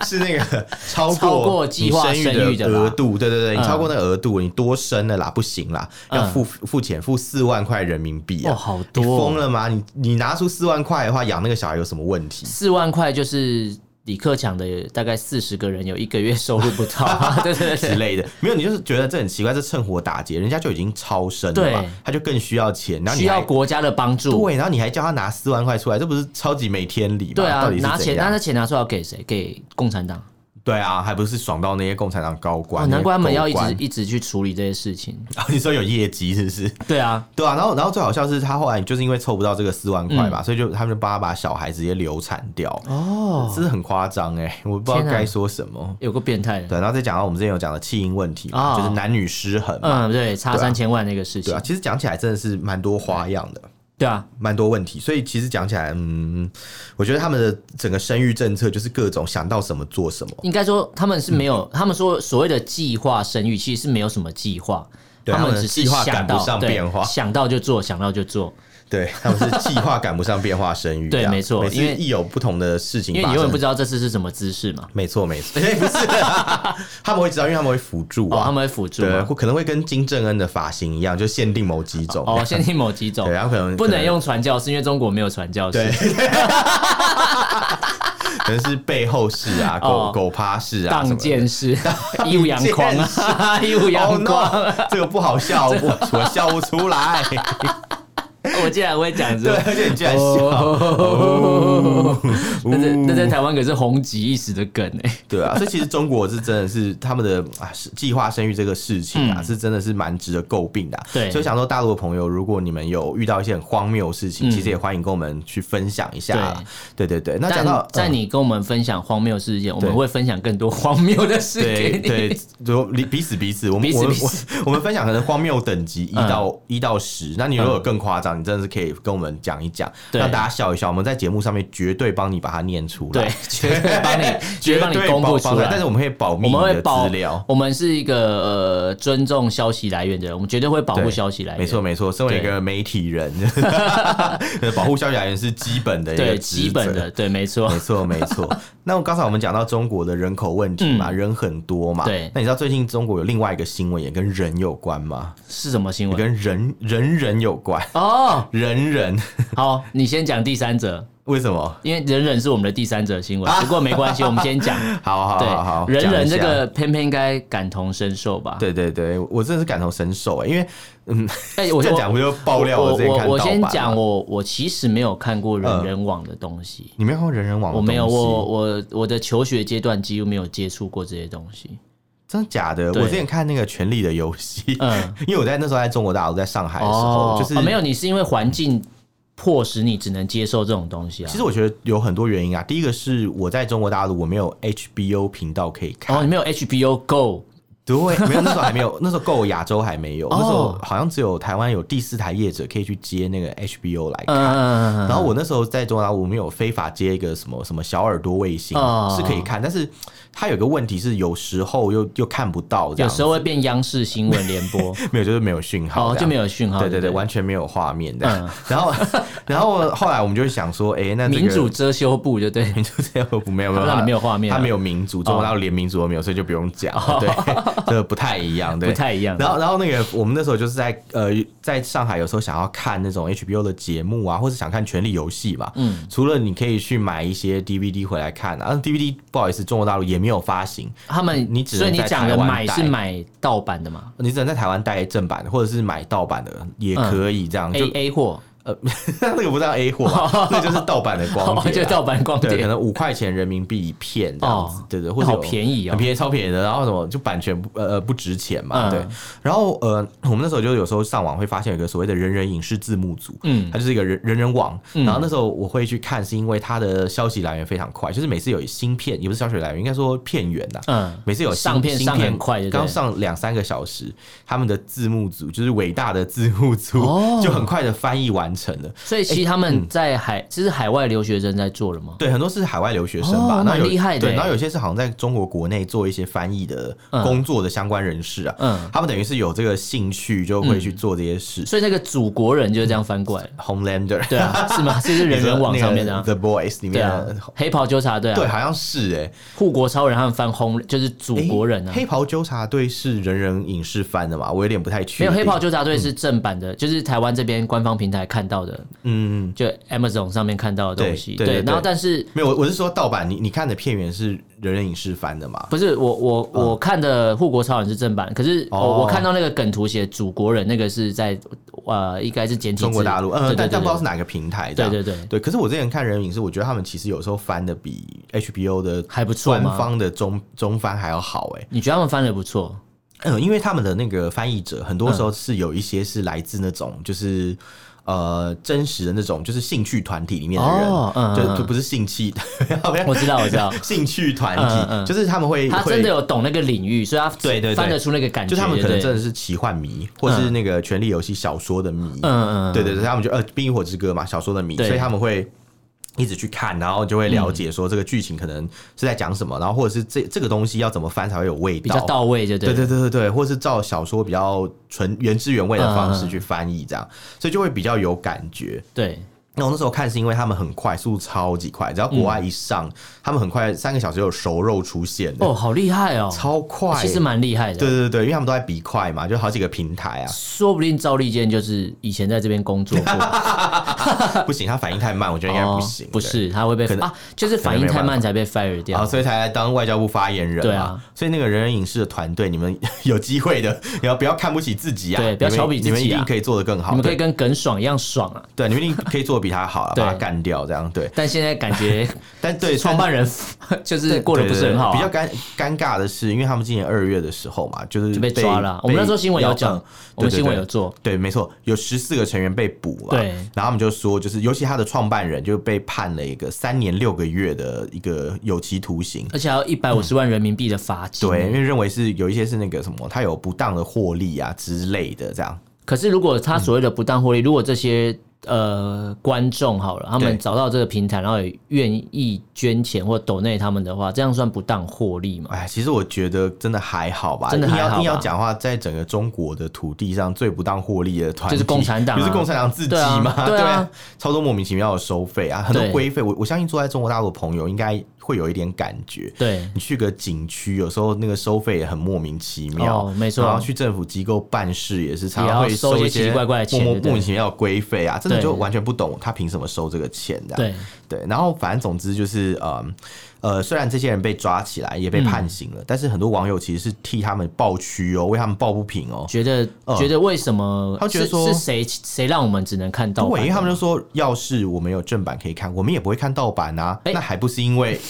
S2: 是那个超过
S1: 超过计划
S2: 你生
S1: 生育的啦
S2: 额度，对对对，你
S1: 嗯
S2: 超过那个额度，你多生了啦，不行啦，要付付钱，付四万块人民币啊，
S1: 哦好
S2: 你
S1: 多哦
S2: 疯了吗？你你拿出四万块的话，养那个小孩有什么问题？
S1: 四万块就是李克强的大概四十个人有一个月收入不到， 对 对
S2: 之
S1: 对，
S2: 类的，没有，你就是觉得这很奇怪，这趁火打劫，人家就已经超生了嘛
S1: 对，
S2: 他就更需要钱，然后
S1: 需
S2: 你还
S1: 要国家的帮助。
S2: 对，然后你还叫他拿四万块出来，这不是超级没天理吗？
S1: 对
S2: 到
S1: 啊
S2: 底，是
S1: 拿
S2: 怎
S1: 钱，
S2: 样
S1: 那那钱拿出来要给谁？给共产党。
S2: 对啊，还不是爽到那些共产党高官，
S1: 哦，难怪他们要一
S2: 那
S1: 直
S2: 些狗
S1: 一直去处理这些事情。
S2: 官 你说有业绩是不 是？
S1: 对啊，
S2: 对啊，然后然后最好笑是他后来就是因为凑不到这个四万块
S1: 嗯
S2: 嘛，所以就他们就帮他把小孩直接流产掉，
S1: 哦，
S2: 真的很夸张哎，我不知道
S1: 天啊
S2: 该说什么。
S1: 有个变态的，
S2: 对，然后再讲到我们之前有讲的弃婴问题嘛，
S1: 哦
S2: 就是男女失衡嘛，
S1: 嗯，对，差
S2: 对啊
S1: 三千万那个事
S2: 对
S1: 情
S2: 啊，，其实讲起来真的是蛮多花样的。
S1: 对啊，
S2: 蛮多问题，所以其实讲起来，嗯，我觉得他们的整个生育政策就是各种想到什么做什么，
S1: 应该说他们是没
S2: 嗯
S1: 有，他们说所谓的计划生育，其实是没有什么计划。
S2: 对啊他
S1: 们
S2: 们
S1: 只是
S2: 计划
S1: 想
S2: 赶不
S1: 到
S2: 上
S1: 对
S2: 变化
S1: 想到就做，想到就做，
S2: 对，他们是计划赶不上变化生 育，
S1: 对
S2: 这样
S1: 没错
S2: 每次
S1: 因为
S2: 一有不同的事情
S1: 因为
S2: 发
S1: 你
S2: 生，
S1: 永远不知道这次是什么姿势嘛。
S2: 没错没错， 哎不是，他们会知道，因为他们会辅助
S1: 哦，
S2: 啊，
S1: 他们会辅助
S2: 对，
S1: 嘛。
S2: 会可能会跟金正恩的发型一样，就限定某几种，
S1: 哦，限定某几种
S2: 对，，然后可能
S1: 不
S2: 可
S1: 能用传教士，因为中国没有传教
S2: 对
S1: 士。。
S2: 可能是背后式啊，狗
S1: 哦
S2: 狗趴式啊，什么
S1: 当
S2: 的
S1: 剑 士，义务阳光啊，义务
S2: 哦
S1: 阳光，
S2: no，这个不好笑，我我笑不出来。
S1: 我竟然会讲这
S2: 对，
S1: 个。
S2: 而且你居然笑，
S1: 哦， 那在那在台湾可是红极一时的梗哎，
S2: 对啊，所以其实中国是真的是他们的啊是计划生育这个事情啊，是真的是蛮值得诟病的啊、
S1: 嗯对
S2: 所以想说大陆的朋友，如果你们有遇到一些很荒谬的事情，
S1: 嗯
S2: 其实也欢迎跟我们去分享一下啦。对对对，那讲到
S1: 但在
S2: 嗯
S1: 你跟我们分享荒谬事件，我们
S2: 对
S1: 会分享更多 荒谬的事给
S2: 对
S1: 你。
S2: 对，就彼彼此彼此，我们
S1: 彼此嗯
S2: 我们
S1: 彼
S2: 我我们分享可能荒谬等级一到一到十，那你如果有更夸张，你真的是可以跟我们讲一讲，
S1: 嗯对
S2: 让大家笑一笑。我们在节目上面绝对帮你把它念出来，
S1: 对，绝对帮 你，绝对帮你
S2: 对
S1: 公布
S2: 保
S1: 出
S2: 保
S1: 来。
S2: 但是我们会保
S1: 我
S2: 密你
S1: 们会
S2: 的
S1: 保
S2: 资料，。
S1: 我们是一个呃尊重消息来源的人，我们绝对会保护
S2: 对
S1: 消息来源。
S2: 没错，没错，身为一
S1: 对
S2: 个媒体人，保护消息来源是基本的一个
S1: 对，
S2: 职
S1: 基本
S2: 责嗯
S1: 的，对，没错
S2: 没。错，没 错。那我刚才我们讲到中国的人口问题嘛，人很多嘛。
S1: 嗯对
S2: 那你知道最近中国有另外一个新闻也跟人有关吗？
S1: 是什么新
S2: 也
S1: 闻？
S2: 跟人人人有关，
S1: 哦，
S2: 人人
S1: 好，你先讲第三者，
S2: 为什么？
S1: 因为人人是我们的第三者新闻，不过没关系，我们先 讲。
S2: 好好啊好好，
S1: 对，人人
S2: 讲
S1: 这
S2: 一下
S1: 个偏偏应该感同身受吧？，
S2: 对对对，我真的是感同身受哎，因为嗯，
S1: 哎，我
S2: 这样
S1: 我
S2: 讲不就爆料
S1: 我
S2: 之前看
S1: 我我
S2: 盗
S1: 先
S2: 版
S1: 讲，
S2: 吗，
S1: 我我其实没有看过人
S2: 嗯
S1: 人网的东西。
S2: 你没有看过人人网的
S1: 我没有，
S2: 东西
S1: 我我我的求学阶段几乎没有接触过这些东西。
S2: 真的假的？
S1: 对
S2: 我之前看那个《权力的游戏》
S1: 嗯
S2: 因为我在那时候在中国大陆，在上海的时候，就是、
S1: 哦没有，。你是因为环境迫使你只能接受这种东西啊。
S2: 其实我觉得有很多原因啊。第一个是我在中国大陆，我没有 HBO 频道可以看。
S1: 哦，你没有 HBO Go
S2: 对，没有那时候还没有， 那时候够亚洲还没有，那时候
S1: 哦
S2: 好像只有台湾有第四台业者可以去接那个 HBO 来看。
S1: 嗯。嗯，
S2: 然后我那时候在中国大陆，我们有非法接一个什么什么小耳朵卫星、
S1: 哦
S2: 是可以看，但是它有个问题是，有时候又又看不到这
S1: 有
S2: 样，
S1: 时候会变央视新闻联 播，
S2: 没有就是没有讯
S1: 哦，
S2: 号，这
S1: 就
S2: 样
S1: 没有讯号。
S2: 对对
S1: 对
S2: 对，
S1: 不
S2: 完全没有画面的。 然后，然后后来我们就想说，哎、那、这个、
S1: 民主遮羞布，就对。
S2: 民主这样不没有没有，
S1: 那你没有画面啊哦
S2: 他没有民主，中国大陆连民主都没有，所以就不用讲了。对， 这个不太一样，对，
S1: 不太一样
S2: 然后，然后那个我们那时候就是在呃，在上海有时候想要看那种 HBO 的节目啊，或是想看《权力游戏》嘛，嗯，除了你可以去买一些 DVD 回来看啊，啊 DVD 不好意思，中国大陆也没有发行。
S1: 他们，
S2: 你只能
S1: 所以你
S2: 在
S1: 讲
S2: 台
S1: 的
S2: 湾
S1: 买
S2: 带
S1: 是买盗版的嘛嗯
S2: 你只能在台湾带正版的，或者是买盗版的也可以，这样、就
S1: ？A A 货
S2: 呃， 那个不叫 A 货吧，那就是盗版的光碟
S1: 哦，
S2: 啦，
S1: 就盗版光
S2: 对，可
S1: 碟，
S2: 能五块钱人民币一片这样子
S1: 哦，
S2: 对对，或者
S1: 好
S2: 有
S1: 便宜哦
S2: 很便宜，超便宜的。然后什么就版权不呃呃不值钱嘛，
S1: 嗯
S2: 对。然后呃，我们那时候就有时候上网会发现有一个所谓的人人影视字幕组，
S1: 嗯
S2: 它就是一个人人人网。
S1: 嗯
S2: 然后那时候我会去看，是因为它的消息来源非常快，就是每次有新片，也不是消息来源，应该说片源啊呐。
S1: 嗯，
S2: 每次有新
S1: 上片
S2: 新
S1: 上很快就对
S2: 刚上两三个小时，他们的字幕组就是伟大的字幕组，
S1: 哦
S2: 就很快的翻译完成了。
S1: 所以其实他
S2: 嗯
S1: 们在海，这是海外留学生在做了吗？
S2: 对，很多是海外留学生
S1: 哦
S2: 吧，然后
S1: 蛮
S2: 有
S1: 厉害的
S2: 对，
S1: 欸
S2: 然后有些是好像在中国国内做一些翻译的
S1: 嗯
S2: 工作的相关人士啊，
S1: 嗯
S2: 他们等于是有这个兴趣就会去做这些事。
S1: 所以那个祖国人就是这样翻过来的，
S2: Homelander，
S1: 对 啊，是吗？这是人人网上面的
S2: 那
S1: 啊，
S2: 个 The Boys
S1: 对
S2: 里面
S1: 啊
S2: 的，，
S1: 黑袍纠察队
S2: 对，
S1: 啊，
S2: 好像是哎，
S1: 护国超人他们翻红就是祖
S2: 诶
S1: 国人啊。
S2: 黑袍纠察队是人人影视翻的嘛？我有点不太确
S1: 没
S2: 定。
S1: 有黑袍，纠察
S2: 嗯
S1: 队是正版的，就是台湾这边官方平台看到的，
S2: 嗯，
S1: 就 Amazon 上面看到的东西。
S2: 对对对对
S1: 然后但是
S2: 没有，我我是说盗版，你你看的片源是人人影视翻的嘛？
S1: 不是我我我看的《护国超人》是正版，可是
S2: 嗯哦
S1: 我我看到那个梗图写祖国人，那个是在呃应该是简体字
S2: 中国大陆，嗯，
S1: 对
S2: 但
S1: 对
S2: 但不知道是
S1: 对
S2: 哪个平台这
S1: 对
S2: 样。
S1: 对对，
S2: 对，可是我之前看人影视，我觉得他们其实有时候翻的比 HBO 的
S1: 还不错
S2: 官
S1: 吗？
S2: 方的中中翻还要好哎、
S1: 你觉得他们翻的不错？
S2: 嗯，因为他们的那个翻译者很多时候
S1: 嗯
S2: 是有一些是来自那种就是。呃，真实的那种就是兴趣团体里面的人，
S1: 哦嗯
S2: 就
S1: 嗯
S2: 就不是兴趣，
S1: 我知道我知道
S2: 兴趣团体，
S1: 嗯嗯嗯
S2: 就是他们会
S1: 他
S2: 会
S1: 真的有懂那个领域，所以他
S2: 对对对
S1: 翻得出那个感觉，
S2: 就他们可能
S1: 对
S2: 真的是奇幻迷，或是那个《权力游戏》小说的迷，
S1: 嗯嗯
S2: 对对对，他们就呃《冰与火之歌》嘛，小说的迷，
S1: 对
S2: 所以他们会。一直去看，然后就会了解说这个剧情可能是在讲什么，然后或者是这这个东西要怎么翻才会有味
S1: 比
S2: 道，
S1: 较到位，就
S2: 对
S1: 对
S2: 啊对对对对，或是照小说比较纯原汁原味的方式去翻译这样，所以就会比较有感觉。
S1: 对，
S2: 那我那时候看是因为他们很快，速度超级快，只要国外一上，他们很快三个小时有熟肉出现的，
S1: 哦，好厉害哦，
S2: 超快、
S1: 其实蛮厉害的，
S2: 对对对，因为他们都在比快嘛，就好几个平台
S1: 说不定赵立坚就是以前在这边工作 过，
S2: 啊，不行，他反应太慢，我觉得应该不行，
S1: 哦不
S2: 对。
S1: 是他会被
S2: 可能
S1: 啊，就是反应太慢才被 fire
S2: 然
S1: 掉
S2: 后，。哦所以才来当外交部发言人嘛。
S1: 对啊
S2: 所以那个人人影视的团队，你们 有机会的， 也要不要看不起自己啊？
S1: 对不要
S2: 你们
S1: 瞧不起自己啊
S2: 你们一定可以做得更好。
S1: 你们可以
S2: 对，
S1: 跟耿爽一样爽啊！
S2: 对， 你们一定可以做得比他好啊，
S1: 对
S2: 把他干掉这样。对，
S1: 但现在感觉
S2: 但 对
S1: 创办人 就是过得不是很好啊，
S2: 对对对比较尴尴尬的是，因为他们今年二月的时候嘛，就是
S1: 就被抓了啊。我们那时候新闻有讲，我们新闻有。
S2: 被
S1: 做，
S2: 对，没错，有十四个成员被捕嘛，
S1: 对
S2: 然后他们就说，就是尤其他的创办人就被判了一个三年六个月的一个有期徒刑，
S1: 而且还有一百五十万人民币的罚金。
S2: 对，因为认为是有一些是那个什么，他有不当的获利啊之类的，这样
S1: 可是如果他所谓的不当获利，如果这些呃观众好了，他
S2: 对
S1: 们找到这个平台，然后也愿意捐钱或抖内他们的话，这样算不当获利吗？
S2: 哎，其实我觉得真的还好吧，
S1: 真的
S2: 硬
S1: 还
S2: 要
S1: 好
S2: 硬要
S1: 吧
S2: 讲话，在整个中国的土地上最不当获利的团体
S1: 就是共产党啊
S2: 就是共产党自己
S1: 对啊
S2: 嘛，
S1: 对啊
S2: 超多莫名其妙的收费啊，很多
S1: 对
S2: 规费，我我相信住在中国大陆的朋友应该会有一点感觉。
S1: 对，
S2: 你去个景区，有时候那个收费也很莫名其妙，
S1: 哦没错
S2: 然后去政府机构办事也是常
S1: 也
S2: 常
S1: 要
S2: 会
S1: 收一
S2: 一
S1: 些奇奇怪怪的钱
S2: 莫
S1: 对不对
S2: 莫名其妙的规费啊，真的
S1: 对
S2: 就完全不懂他凭什么收这个钱这样。
S1: 对，
S2: 对，然后反正总之就是，呃，呃，虽然这些人被抓起来也
S1: 嗯
S2: 被判刑了，但是很多网友其实是替他们抱屈哦，为他们抱不平哦。
S1: 觉得、
S2: 嗯
S1: 觉得为什么
S2: 他觉得
S1: 是
S2: 说
S1: 是谁谁让我们只能看盗版
S2: 对，
S1: 的？
S2: 因为他 们就说，要是我们有正版可以看，我们也不会看盗版啊。
S1: 哎
S2: 那还不是因为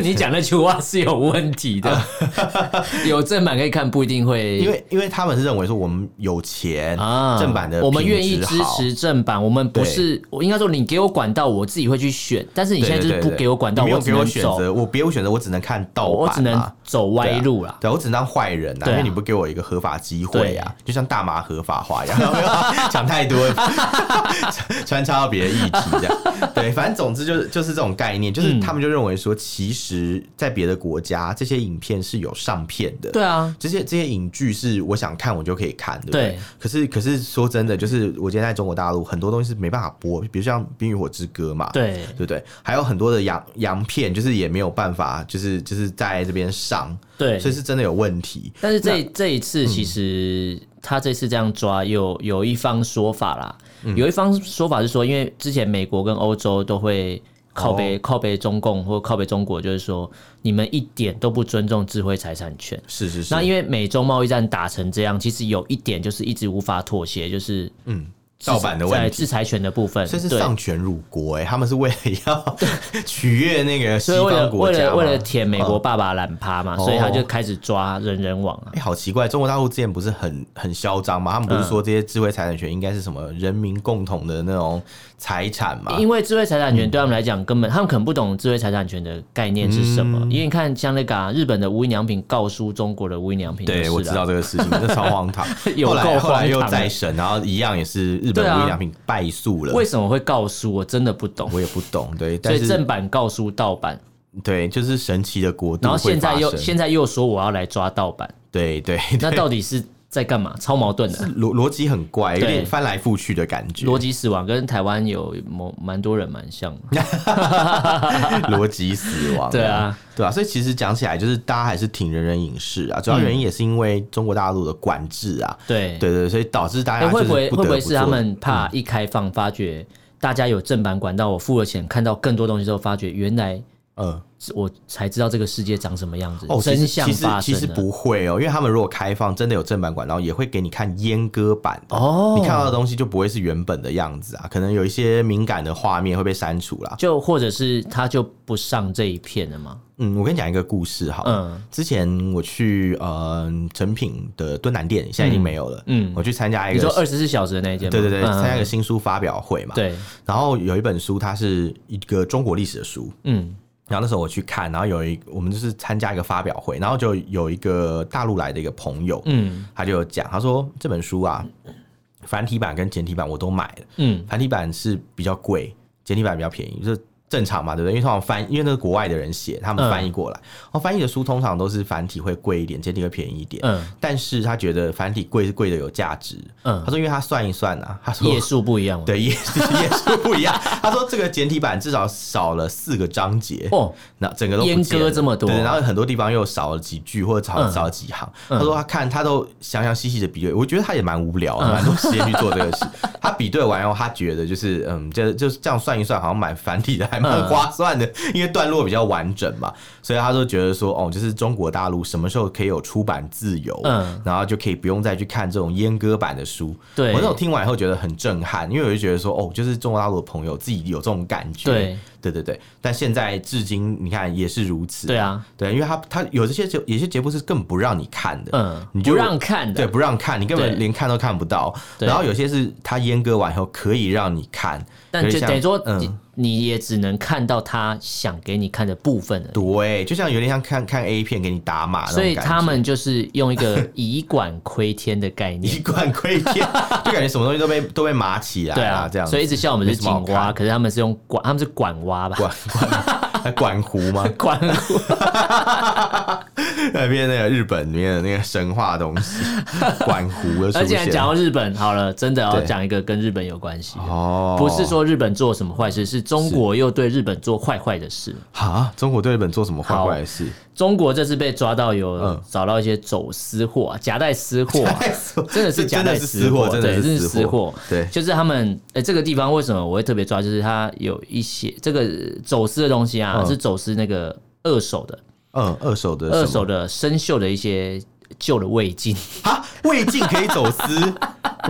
S1: 你讲那句话是有问题的， 有正版可以看，不一定会
S2: 呃因为因为他们是认为说我们有钱，
S1: 啊
S2: 正版的
S1: 我们
S2: 品
S1: 愿意
S2: 质
S1: 支
S2: 好
S1: 持正版，我们不
S2: 对
S1: 是我应该说你给我管道，我自己会去选，但是你
S2: 对
S1: 现在就
S2: 对
S1: 是
S2: 对
S1: 不
S2: 对
S1: 给我管道，
S2: 你没有
S1: 只
S2: 给我
S1: 能
S2: 选
S1: 走，
S2: 择，我别无选择，我只能看盗版、啊，
S1: 我只能走歪路啦。
S2: 对，啊我只能当坏人啊，
S1: 对啊
S2: 因为你不给我一个合法机会啊，就像大麻合法化一样， 没有讲太多， 穿穿插到别的议题这样。对，反正总之就是就是这种概念，
S1: 嗯
S2: 就是他们就认为说，其实，在别的国家，这些影片是有上片的。
S1: 对啊，
S2: 这些这些影剧是我想看我就可以看，对不
S1: 对
S2: 可是可是说真的，就是我今天在中国大陆很多东西是没办法播，比如像《冰与火之歌》嘛，
S1: 对
S2: 对不对？还有很多的洋洋片，就是也没有办法，就是就是在这边上，
S1: 对，
S2: 所以是真的有问题。
S1: 但是这这一次其实
S2: 嗯
S1: 他这次这样抓有有一方说法啦，
S2: 嗯
S1: 有一方说法是说，因为之前美国跟欧洲都会靠
S2: 哦
S1: 背、靠背中共或靠背中国，就是说你们一点都不尊重智慧财产权。
S2: 是是是，
S1: 那因
S2: 为
S1: 为美中贸易战打成这样，其实有一点就是一直无法妥协，就是
S2: 嗯，
S1: 制
S2: 盗版的问
S1: 在
S2: 题
S1: 制裁权的部分，
S2: 这是
S1: 对
S2: 丧权辱国哎、他们是为了要 取悦那个西
S1: 所以为
S2: 方
S1: 了
S2: 国
S1: 为
S2: 家
S1: 了
S2: 嘛
S1: 为了舔美国爸爸懒趴嘛，
S2: 哦
S1: 所以他就开始抓人人网啊。
S2: 哎、好奇怪！中国大陆之前不是很很嚣张吗？他们不
S1: 嗯
S2: 是说这些智慧财产权应该是什么人民共同的那种财产吗？
S1: 因为智慧财产权对他们来讲，根本他们可能不懂智慧财产权的概念是什么。
S2: 嗯
S1: 因为你看，像那个、啊、日本的无印良品告输中国的无印良品，
S2: 对，我知道。这个事情，这超荒唐。
S1: 啊 有
S2: 后来
S1: 够
S2: 后来
S1: 荒
S2: 又
S1: 唐
S2: 再
S1: 的
S2: 审，然后一样也是日本
S1: 对啊
S2: 无印良品败诉了。
S1: 为什么会告输？我真的不懂。
S2: 我也不懂，对，
S1: 所
S2: 但
S1: 以正
S2: 是
S1: 版告输盗版，
S2: 对，就是神奇的国度
S1: 然后
S2: 会
S1: 现
S2: 发
S1: 在
S2: 生。
S1: 又现在又说我要来抓盗版，
S2: 对 对，
S1: 那到底是在干嘛？超矛盾的。
S2: 逻逻辑很怪，有
S1: 对
S2: 点翻来覆去的感觉。
S1: 逻辑死亡跟台湾有某蛮多人蛮像的，
S2: 逻辑死亡、
S1: 对啊，
S2: 对啊，所以其实讲起来，就是大家还是挺人人影视啊，主要原因也是因为中国大陆的管制啊，
S1: 对
S2: 对对，所以导致大
S1: 哎、
S2: 家
S1: 会
S2: 就是
S1: 不会会
S2: 不得
S1: 不
S2: 不
S1: 会是他
S2: 做嗯
S1: 们怕一开放，发觉大家有正版管道，我付了钱看到更多东西之后，发觉原来
S2: 嗯
S1: 我才知道这个世界长什么样子，
S2: 哦，其
S1: 真
S2: 实
S1: 相
S2: 其实
S1: 发
S2: 其
S1: 生
S2: 实
S1: 了。
S2: 不会哦，因为他们如果开放真的有正版管道，也会给你看阉割版的
S1: 哦
S2: 你看到的东西就不会是原本的样子啊，可能有一些敏感的画面会被删除啦。
S1: 就或者是他就不上这一片了嘛？
S2: 嗯，我跟你讲一个故事好了，
S1: 嗯
S2: 之前我去呃成品的敦南店，现在已经没有了。
S1: 嗯
S2: 我去参加一
S1: 你
S2: 个
S1: 说二十四小时的那一件吗？
S2: 对对对，
S1: 嗯
S2: 参加一个新书发表会嘛。，
S1: 对，
S2: 然后有一本书，它是一个中国历史的书。
S1: 嗯
S2: 然后那时候我去看，然后有一我们就是参加一个发表会，然后就有一个大陆来的一个朋友，
S1: 嗯
S2: 他就有讲，他说这本书啊，繁体版跟简体版我都买了，
S1: 嗯，
S2: 繁体版是比较贵，简体版比较便宜，这正常嘛，对不对？因为通常翻，因为那是国外的人写，他们
S1: 嗯
S2: 翻译过来，然后翻译的书通常都是繁体会贵一点，简体会便宜一点。
S1: 嗯
S2: 但是他觉得繁体贵是贵的有价值。
S1: 嗯
S2: 他说，因为他算一算啊，他说
S1: 页数不一样嘛。
S2: 对页页数不一样。 他说这个简体版至少少了四个章节。
S1: 哦，
S2: 那整个都不见了
S1: 阉割这么多
S2: 对，然后很多地方又少了几句或者少
S1: 嗯
S2: 少了几行。
S1: 嗯
S2: 他说他看他都详详细细的比对，我觉得他也蛮无聊的，
S1: 嗯
S2: 蛮多时间去做这个事。 他比对完以后，他觉得就是嗯，这就是这样算一算，好像买繁体的还蛮
S1: 嗯
S2: 划算的，因为段落比较完整嘛，所以他就觉得说哦，就是中国大陆什么时候可以有出版自由，
S1: 嗯
S2: 然后就可以不用再去看这种阉割版的书。
S1: 对
S2: 我那种听完以后觉得很震撼，因为我就觉得说哦，就是中国大陆的朋友自己有这种感觉，
S1: 对
S2: 对对对，但现在至今你看也是如此。
S1: 对，啊，
S2: 对，因为他他有这些节有些节目是根本不让你看的，
S1: 嗯，
S2: 你就
S1: 不让看
S2: 对
S1: 的，
S2: 不让看，你根本
S1: 对
S2: 连看都看不到。
S1: 对
S2: 然后有些是他阉割完以后可以让你看，
S1: 但就
S2: 有点像
S1: 等于说
S2: 嗯
S1: 你你也只能看到他想给你看的部分而已。
S2: 对，欸就像有点像看看 A 片给你打啊码那种
S1: 所以
S2: 感
S1: 他
S2: 觉
S1: 们就是用一 个以管窥天的概
S2: 一
S1: 念，
S2: 贯窥天， 就感觉什么东西都被都被码起来
S1: 对
S2: 啊，
S1: 啊，
S2: 这样子。
S1: 所以一直笑我们是
S2: 没什
S1: 井
S2: 么好看
S1: 蛙，可是他们是用管，他们是管蛙吧？
S2: 管管还管胡吗？
S1: 管
S2: 那边那个日本里面的那个神话东 西，管胡的
S1: 而
S2: 出
S1: 且
S2: 现。
S1: 讲到日本，好了，真的要哦
S2: 对
S1: 讲一个跟日本有关系的，
S2: 哦，
S1: 不是说日本做什么坏事，是中国又对日本做坏坏的事。
S2: 啊，中国对日本做什么坏坏的事？
S1: 中国这次被抓到有
S2: 嗯
S1: 找到一些走私货啊、夹带私货啊，真
S2: 真
S1: 的是夹
S2: 真
S1: 带
S2: 的是
S1: 私
S2: 私货，真
S1: 对，
S2: 的
S1: 真
S2: 是
S1: 是私货。
S2: 对，
S1: 就是他们，哎、这个地方为什么我会特别抓？就是它有一些这个走私的东西啊，
S2: 嗯
S1: 是走私那个二手的、
S2: 嗯，二手的
S1: 二
S2: 什么
S1: 手的生锈的一些旧的胃镜。
S2: 啊，胃镜可以走 私，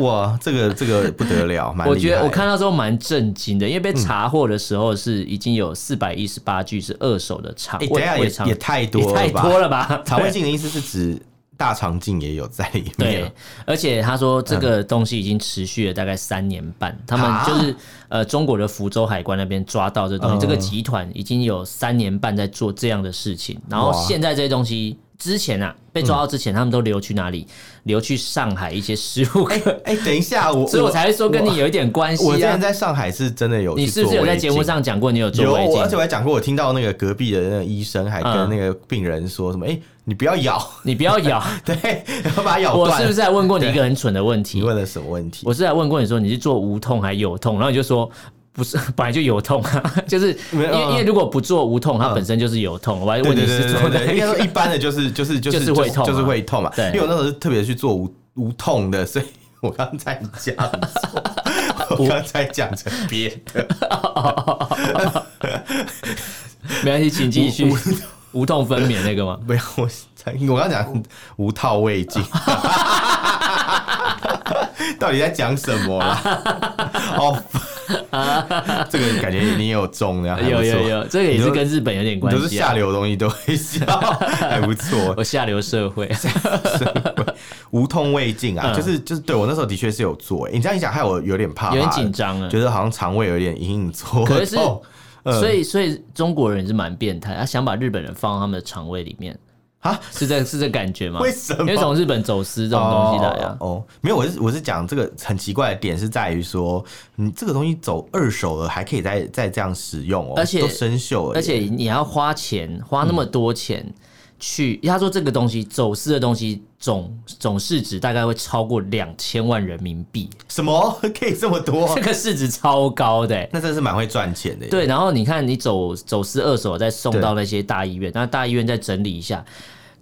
S2: 哇，这个这个不得了，蛮
S1: 我
S2: 厉
S1: 觉得
S2: 害
S1: 我
S2: 的
S1: 看到之后蛮震惊的，因为被查获的时候是已经有四百一十八具是二手的肠
S2: 哎，等一
S1: 胃
S2: 下
S1: 胃
S2: 也
S1: 肠
S2: 也太多
S1: 也太
S2: 了吧？
S1: 多了 吧？
S2: 肠胃镜的意思是指大肠镜也有在里
S1: 对
S2: 面，，
S1: 而且他说这个东西已经持续了大概三年半，他们就是呃中国的福州海关那边抓到这东西，
S2: 啊嗯
S1: 这个集团已经有三年半在做这样的事情，然后
S2: 哇
S1: 现在这些东西。之前啊，被抓到之前，他们都流去哪里？流去上海一些食物科，
S2: 哎，等一下，我
S1: 所以我才会说跟你有一点关
S2: 我我之
S1: 系
S2: 前
S1: 啊。
S2: 在上海是真的有去
S1: 你是不是
S2: 做
S1: 有在
S2: 胃
S1: 节目
S2: 镜？
S1: 上讲过你有
S2: 有，
S1: 做胃
S2: 我而且
S1: 镜？
S2: 我还讲过，我听到那个隔壁的那个医生还跟
S1: 嗯
S2: 那个病人说什么：“哎、你不要咬，
S1: 你不要咬，
S2: 对，然后把它咬
S1: 我
S2: 断。”
S1: 是不是还问过你一个很蠢的问
S2: 你
S1: 题？
S2: 问了什么问题？
S1: 我是还问过你说你是做无痛还有痛，然后你就说不是， 本来就有痛啊，就是因
S2: 没
S1: 为
S2: 有
S1: 因为如果不做无痛，它
S2: 嗯
S1: 本身就是有痛，我还
S2: 对
S1: 问
S2: 对
S1: 你
S2: 对
S1: 是
S2: 对
S1: 做
S2: 对
S1: 的
S2: 对，应该 说一般的就是就是就是
S1: 就是会痛啊
S2: 就是会痛嘛。
S1: 对
S2: 因为我那时候是特别去做无无痛的，所以我刚才讲错， 我刚才讲成别的
S1: 没关系，请继续无痛分娩那个吗？
S2: 没有，我才我刚讲无套胃镜。 到底在讲什么啦？ 好烦， 这个感觉你也有中 啊的，还不
S1: 有
S2: 错
S1: 有，有，这个也是跟日本有点
S2: 你
S1: 关
S2: 都是
S1: 系
S2: 下
S1: 啊。
S2: 流的东西都 会笑，还不错。
S1: 我下流社会，
S2: 无痛胃镜啊，
S1: 嗯
S2: 就是就是，对我那时候的确是有做、欸。你这样一讲，害我有点怕怕
S1: 有
S2: 的，
S1: 点紧张了
S2: 觉。得好像肠胃有点隐隐作痛。
S1: 可是
S2: 嗯
S1: 所以，所以中国人也是蛮变态，他想把日本人放到他们的肠胃里面
S2: 啊，
S1: 是这是这感觉吗？
S2: 为什
S1: 啊
S2: 么
S1: 因为从日本走私这种东西来啊。
S2: 哦，哦没有，我是我是讲这个很奇怪的点是在于说，你这个东西走二手了，还可以再再这样使用哦，
S1: 而且
S2: 都生锈了耶，
S1: 而且你还要花钱，花那么多钱去，他说这个东西走私的东西总总市值大概会超过两千万人民币，
S2: 什么可以这么多
S1: 这？个市值超高的欸、
S2: 那真的是蛮会赚钱的耶。
S1: 对，然后你看，你走走私二手，再送到那些大医院，那大医院再整理一下，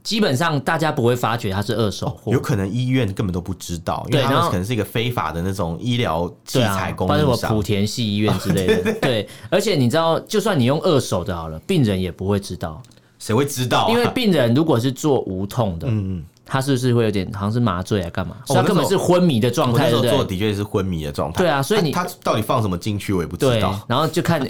S1: 基本上大家不会发觉它是二手货，
S2: 哦有可能医院根本都不知道，因
S1: 对
S2: 为他
S1: 然
S2: 们
S1: 后
S2: 可能是一个非法的那种医疗器
S1: 对
S2: 材
S1: 啊，
S2: 供
S1: 或者什
S2: 应
S1: 么
S2: 商。
S1: 莆田系医院之类 的，对。而且你知道，就算你用二手的好了，病人也不会知道，
S2: 谁会知道啊、
S1: 因为病人如果是做无痛的，嗯。他是不是会有点好像是麻醉啊，干嘛？
S2: 哦
S1: 所以他根本是昏迷的状
S2: 我那
S1: 态，对
S2: 时候
S1: 不
S2: 做
S1: 对？
S2: 的确是昏迷的状态。
S1: 对啊所以你
S2: 他他到底放什么进去，我也不知
S1: 对
S2: 道。，
S1: 然后就看，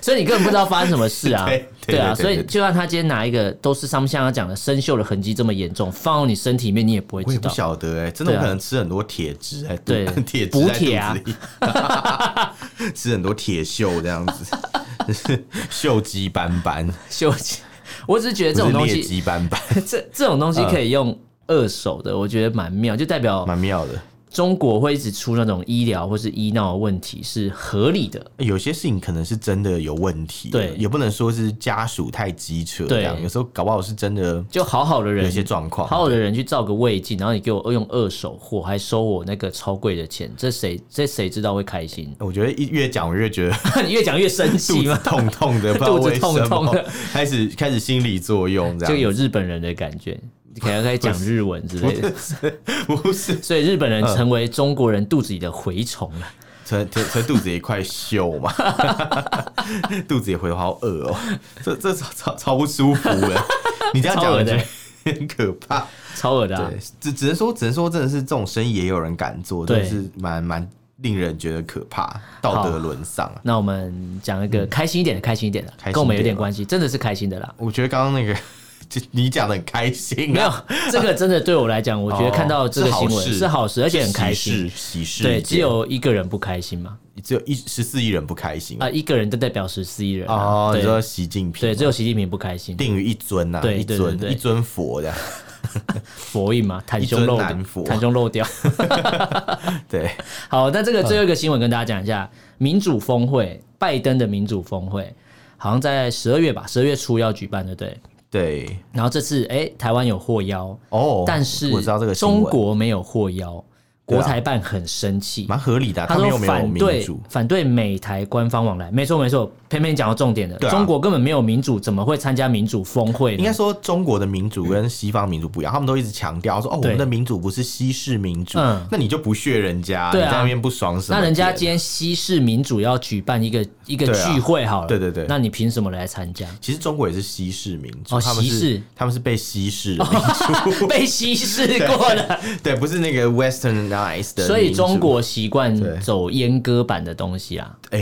S1: 所以你根本不知道发生什么事啊
S2: 对，对
S1: 对啊，
S2: 对对
S1: 所以
S2: 对对
S1: 就算他今天拿一个都是上面像他讲的生锈的痕迹这么严重，放到你身体里面你也不会
S2: 我
S1: 知
S2: 也不
S1: 道，
S2: 晓得哎、真的
S1: 对
S2: 我
S1: 啊
S2: 可能吃很多铁质哎，
S1: 对
S2: 铁质
S1: 补
S2: 在肚
S1: 铁啊
S2: 子里， 吃很多铁锈这样子，锈迹斑斑，
S1: 锈迹。我只是觉得这种
S2: 不
S1: 东
S2: 是劣
S1: 西，
S2: 迹斑斑，
S1: 这这种东西可以用二手的，我觉得蛮妙，就代表
S2: 蛮妙的。
S1: 中国会一直出那种医疗或是医闹的问题是合理的，
S2: 有些事情可能是真的有问题，
S1: 对
S2: 也不能说是家属太机车这样，
S1: 对
S2: 有时候搞不好是真的
S1: 就好好的
S2: 有
S1: 人
S2: 一些状况。
S1: 好好的人去照个胃镜，然后你给我用二手货，还收我那个超贵的钱，这谁这谁知道会开心？
S2: 我觉得一越讲我越觉得
S1: 你越讲越生
S2: 肚
S1: 气
S2: 子
S1: 吗？
S2: 痛痛的，不知道
S1: 肚
S2: 为
S1: 子痛
S2: 什
S1: 痛
S2: 么
S1: 的，
S2: 开始开始心理作用这
S1: 就
S2: 样。
S1: 有日本人的感觉，你可能在讲日文之类的。
S2: 不是，
S1: 所以日本人成为中国人肚子里的蛔虫啊了。
S2: 嗯成成成肚子也快锈嘛， 肚子也回头好饿哦，这这超超超不舒服了。你这样讲
S1: 超
S2: 我
S1: 恶
S2: 觉
S1: 的
S2: 得很可怕。
S1: 超恶的、啊
S2: 对。，只只能说只能说真的是这种生意也有人敢做，真
S1: 对
S2: 的是蛮蛮令人觉得可怕，道德沦丧啊。
S1: 那我们讲一个开心一点的，开心一点的，
S2: 嗯开心一点吧
S1: 跟我们有点关系，真的是开心的啦。
S2: 我觉得刚刚那个就你讲的很开心、啊，
S1: 没有， 这个真的对我来讲，我觉得看到这个新
S2: 哦是好
S1: 闻
S2: 事
S1: 是好事，而且很开
S2: 喜
S1: 心。
S2: 事，喜事
S1: 对，
S2: 一件
S1: 只有一个人不开心嘛？
S2: 只有一十四亿人不开心
S1: 啊，一个人就代表十四亿人啊。
S2: 哦，你说
S1: 对，
S2: 习近平
S1: 对，只有习近平不开心，
S2: 定于一尊呐、
S1: 对
S2: 一
S1: 对对
S2: 尊
S1: 对
S2: 一尊 佛这样，
S1: 佛印嘛，袒胸露
S2: 一尊男佛
S1: 袒胸露 掉。
S2: 对，
S1: 好，那这个最后一个新闻跟大家讲一下，民主峰会，拜登的民主峰会，好像在十二月吧，十二月初要举办，对不对？
S2: 对，
S1: 然后这次，哎、台湾有获邀，
S2: 哦，
S1: 但是
S2: 我知道这个新闻
S1: 中国没有获邀，
S2: 对
S1: 国
S2: 啊
S1: 台办很生气，
S2: 蛮合理的啊、
S1: 他
S2: 们
S1: 说
S2: 又没有
S1: 反
S2: 民
S1: 对
S2: 主，
S1: 反对美台官方往来，没错没错，偏偏讲到重点了，
S2: 对啊
S1: 中国根本没有民主，怎么会参加民主峰会
S2: 应该
S1: 呢？
S2: 说中国的民主跟西方民主不一样，他们都一直强调说哦，我
S1: 嗯对
S2: 们的民主不是西式民主
S1: 嗯，
S2: 那你就不屑人家，你
S1: 对啊
S2: 在那边不爽什么？
S1: 那人家今
S2: 天
S1: 天西式民主要举办一个一个
S2: 对啊
S1: 聚会好了，
S2: 对对对
S1: 那你凭什么来参加？
S2: 其实中国也是西式民主，
S1: 哦
S2: 他们
S1: 西
S2: 是
S1: 式
S2: 他们是被西式的民主，
S1: 被稀释过了，
S2: 对，不是那个 westernized 的民主。
S1: 所以中国习
S2: 对
S1: 惯走阉割版的东西啊，
S2: 哎，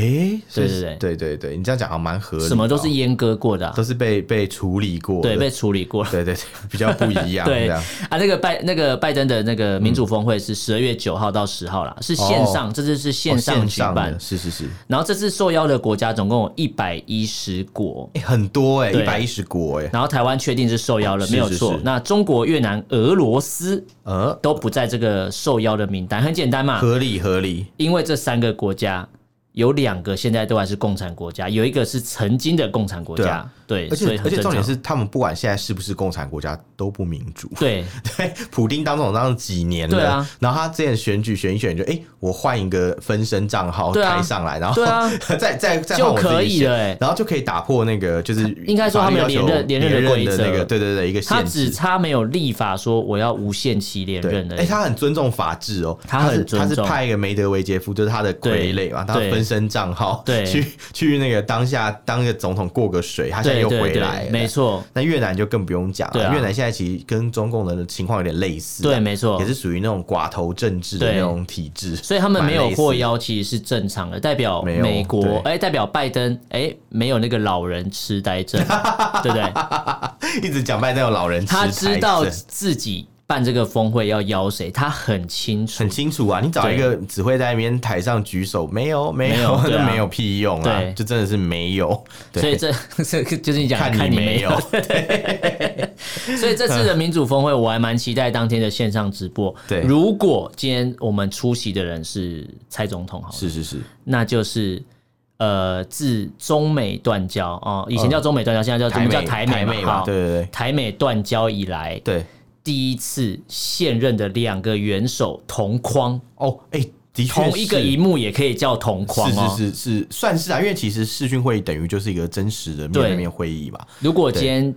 S1: 对
S2: 是
S1: 对对
S2: 对对对，你这样讲好像蛮合理的哦，
S1: 什么都是阉割过的啊、
S2: 都是被被处理过的，
S1: 对，被处理过 了。
S2: 对对对，比较不一 样，
S1: 对
S2: 这
S1: 啊
S2: 样，
S1: 那个拜那个拜登的那个民主峰会是十二月九号到十号啦，是线上，这次是线
S2: 嗯哦
S1: 上举
S2: 的
S1: 办。
S2: 是是是，
S1: 然后这次受邀的国家总共有一百一十国，
S2: 哎，很多哎，
S1: 对
S2: 一百一十国哎，
S1: 然后台湾确定是受邀了，
S2: 是
S1: 没有
S2: 哦是
S1: 错
S2: 是。
S1: 那中国、越南、俄罗斯
S2: 呃，
S1: 都不在这个受邀的名单，很简单嘛，
S2: 合理合理，
S1: 因为这三个国家有两个现在都还是共产国家，有一个是曾经的共产国
S2: 对
S1: 家
S2: 啊，
S1: 对，
S2: 而
S1: 所以
S2: 且
S1: 很
S2: 而且
S1: 正
S2: 重点
S1: 常
S2: 是，他们不管现在是不是共产国家都不民主。
S1: 对
S2: 对，普丁当总当了几年了，
S1: 对啊
S2: 然后他之前选举选一选就，哎，我换一个分身账号
S1: 对啊
S2: 开上来，然后
S1: 对啊
S2: 再再再换
S1: 就
S2: 我自己
S1: 可以
S2: 选
S1: 了欸
S2: 然后就可以打破那个就是
S1: 应该说他们有
S2: 法律要
S1: 连
S2: 求
S1: 任连任的规则
S2: 那个，对对对，一个
S1: 他
S2: 限
S1: 只
S2: 制。
S1: 差没有立法说我要无限期连
S2: 对
S1: 任，而
S2: 哎，
S1: 已。
S2: 他很尊重法治哦，
S1: 他
S2: 是
S1: 很尊重
S2: 他是派一个梅德韦杰夫，就是他的傀儡嘛，
S1: 对
S2: 他的分身账号，
S1: 对
S2: 去去那个当下当个总统过个水，他现在
S1: 对
S2: 又
S1: 对
S2: 回来
S1: 对，
S2: 了。
S1: 没错，
S2: 那越南就更不用讲
S1: 对
S2: 了，
S1: 啊
S2: 越南现在其实跟中共的情况有点类似啊，
S1: 对，没错
S2: 也。是属于那种寡头政治的
S1: 对
S2: 那种体制，
S1: 所以他们没有获
S2: 获
S1: 邀，其实是正常的，代表
S2: 没有
S1: 美国
S2: 对，
S1: 哎、代表拜登，哎、没有那个老人痴呆 症，对不对？
S2: 一直讲拜登有老人痴
S1: 他
S2: 呆
S1: 知道
S2: 症
S1: 自己办这个峰会要邀谁，他很清楚
S2: 很。清楚啊，你找一个只会在那边台上举手，没有没有，
S1: 没有对
S2: 那
S1: 啊
S2: 没有屁用啊
S1: 对，
S2: 就真的是没有。对
S1: 所以 这这个就是你讲的
S2: 看
S1: 看你
S2: 没
S1: 没 有。，所以这次的民主峰会，我还蛮期待当天的线上直播。
S2: 对
S1: 如果今天我们出席的人是蔡总统，好了，
S2: 是是是，
S1: 那就是呃，自中美断交哦，以前叫中美断交，现在叫我
S2: 台
S1: 们叫
S2: 美
S1: 台
S2: 台
S1: 美
S2: 美
S1: 嘛，
S2: 嘛，
S1: 好
S2: 对对
S1: 台美断交以来，
S2: 对对，
S1: 第一次现任的两个元首同框，
S2: 哦，哎，的确
S1: 同一个
S2: 是
S1: 荧幕也可以叫同框哦。
S2: 是是是是，算是啊，因为其实视讯会议等于就是一个真实的面
S1: 对
S2: 对面会议嘛。
S1: 如果今天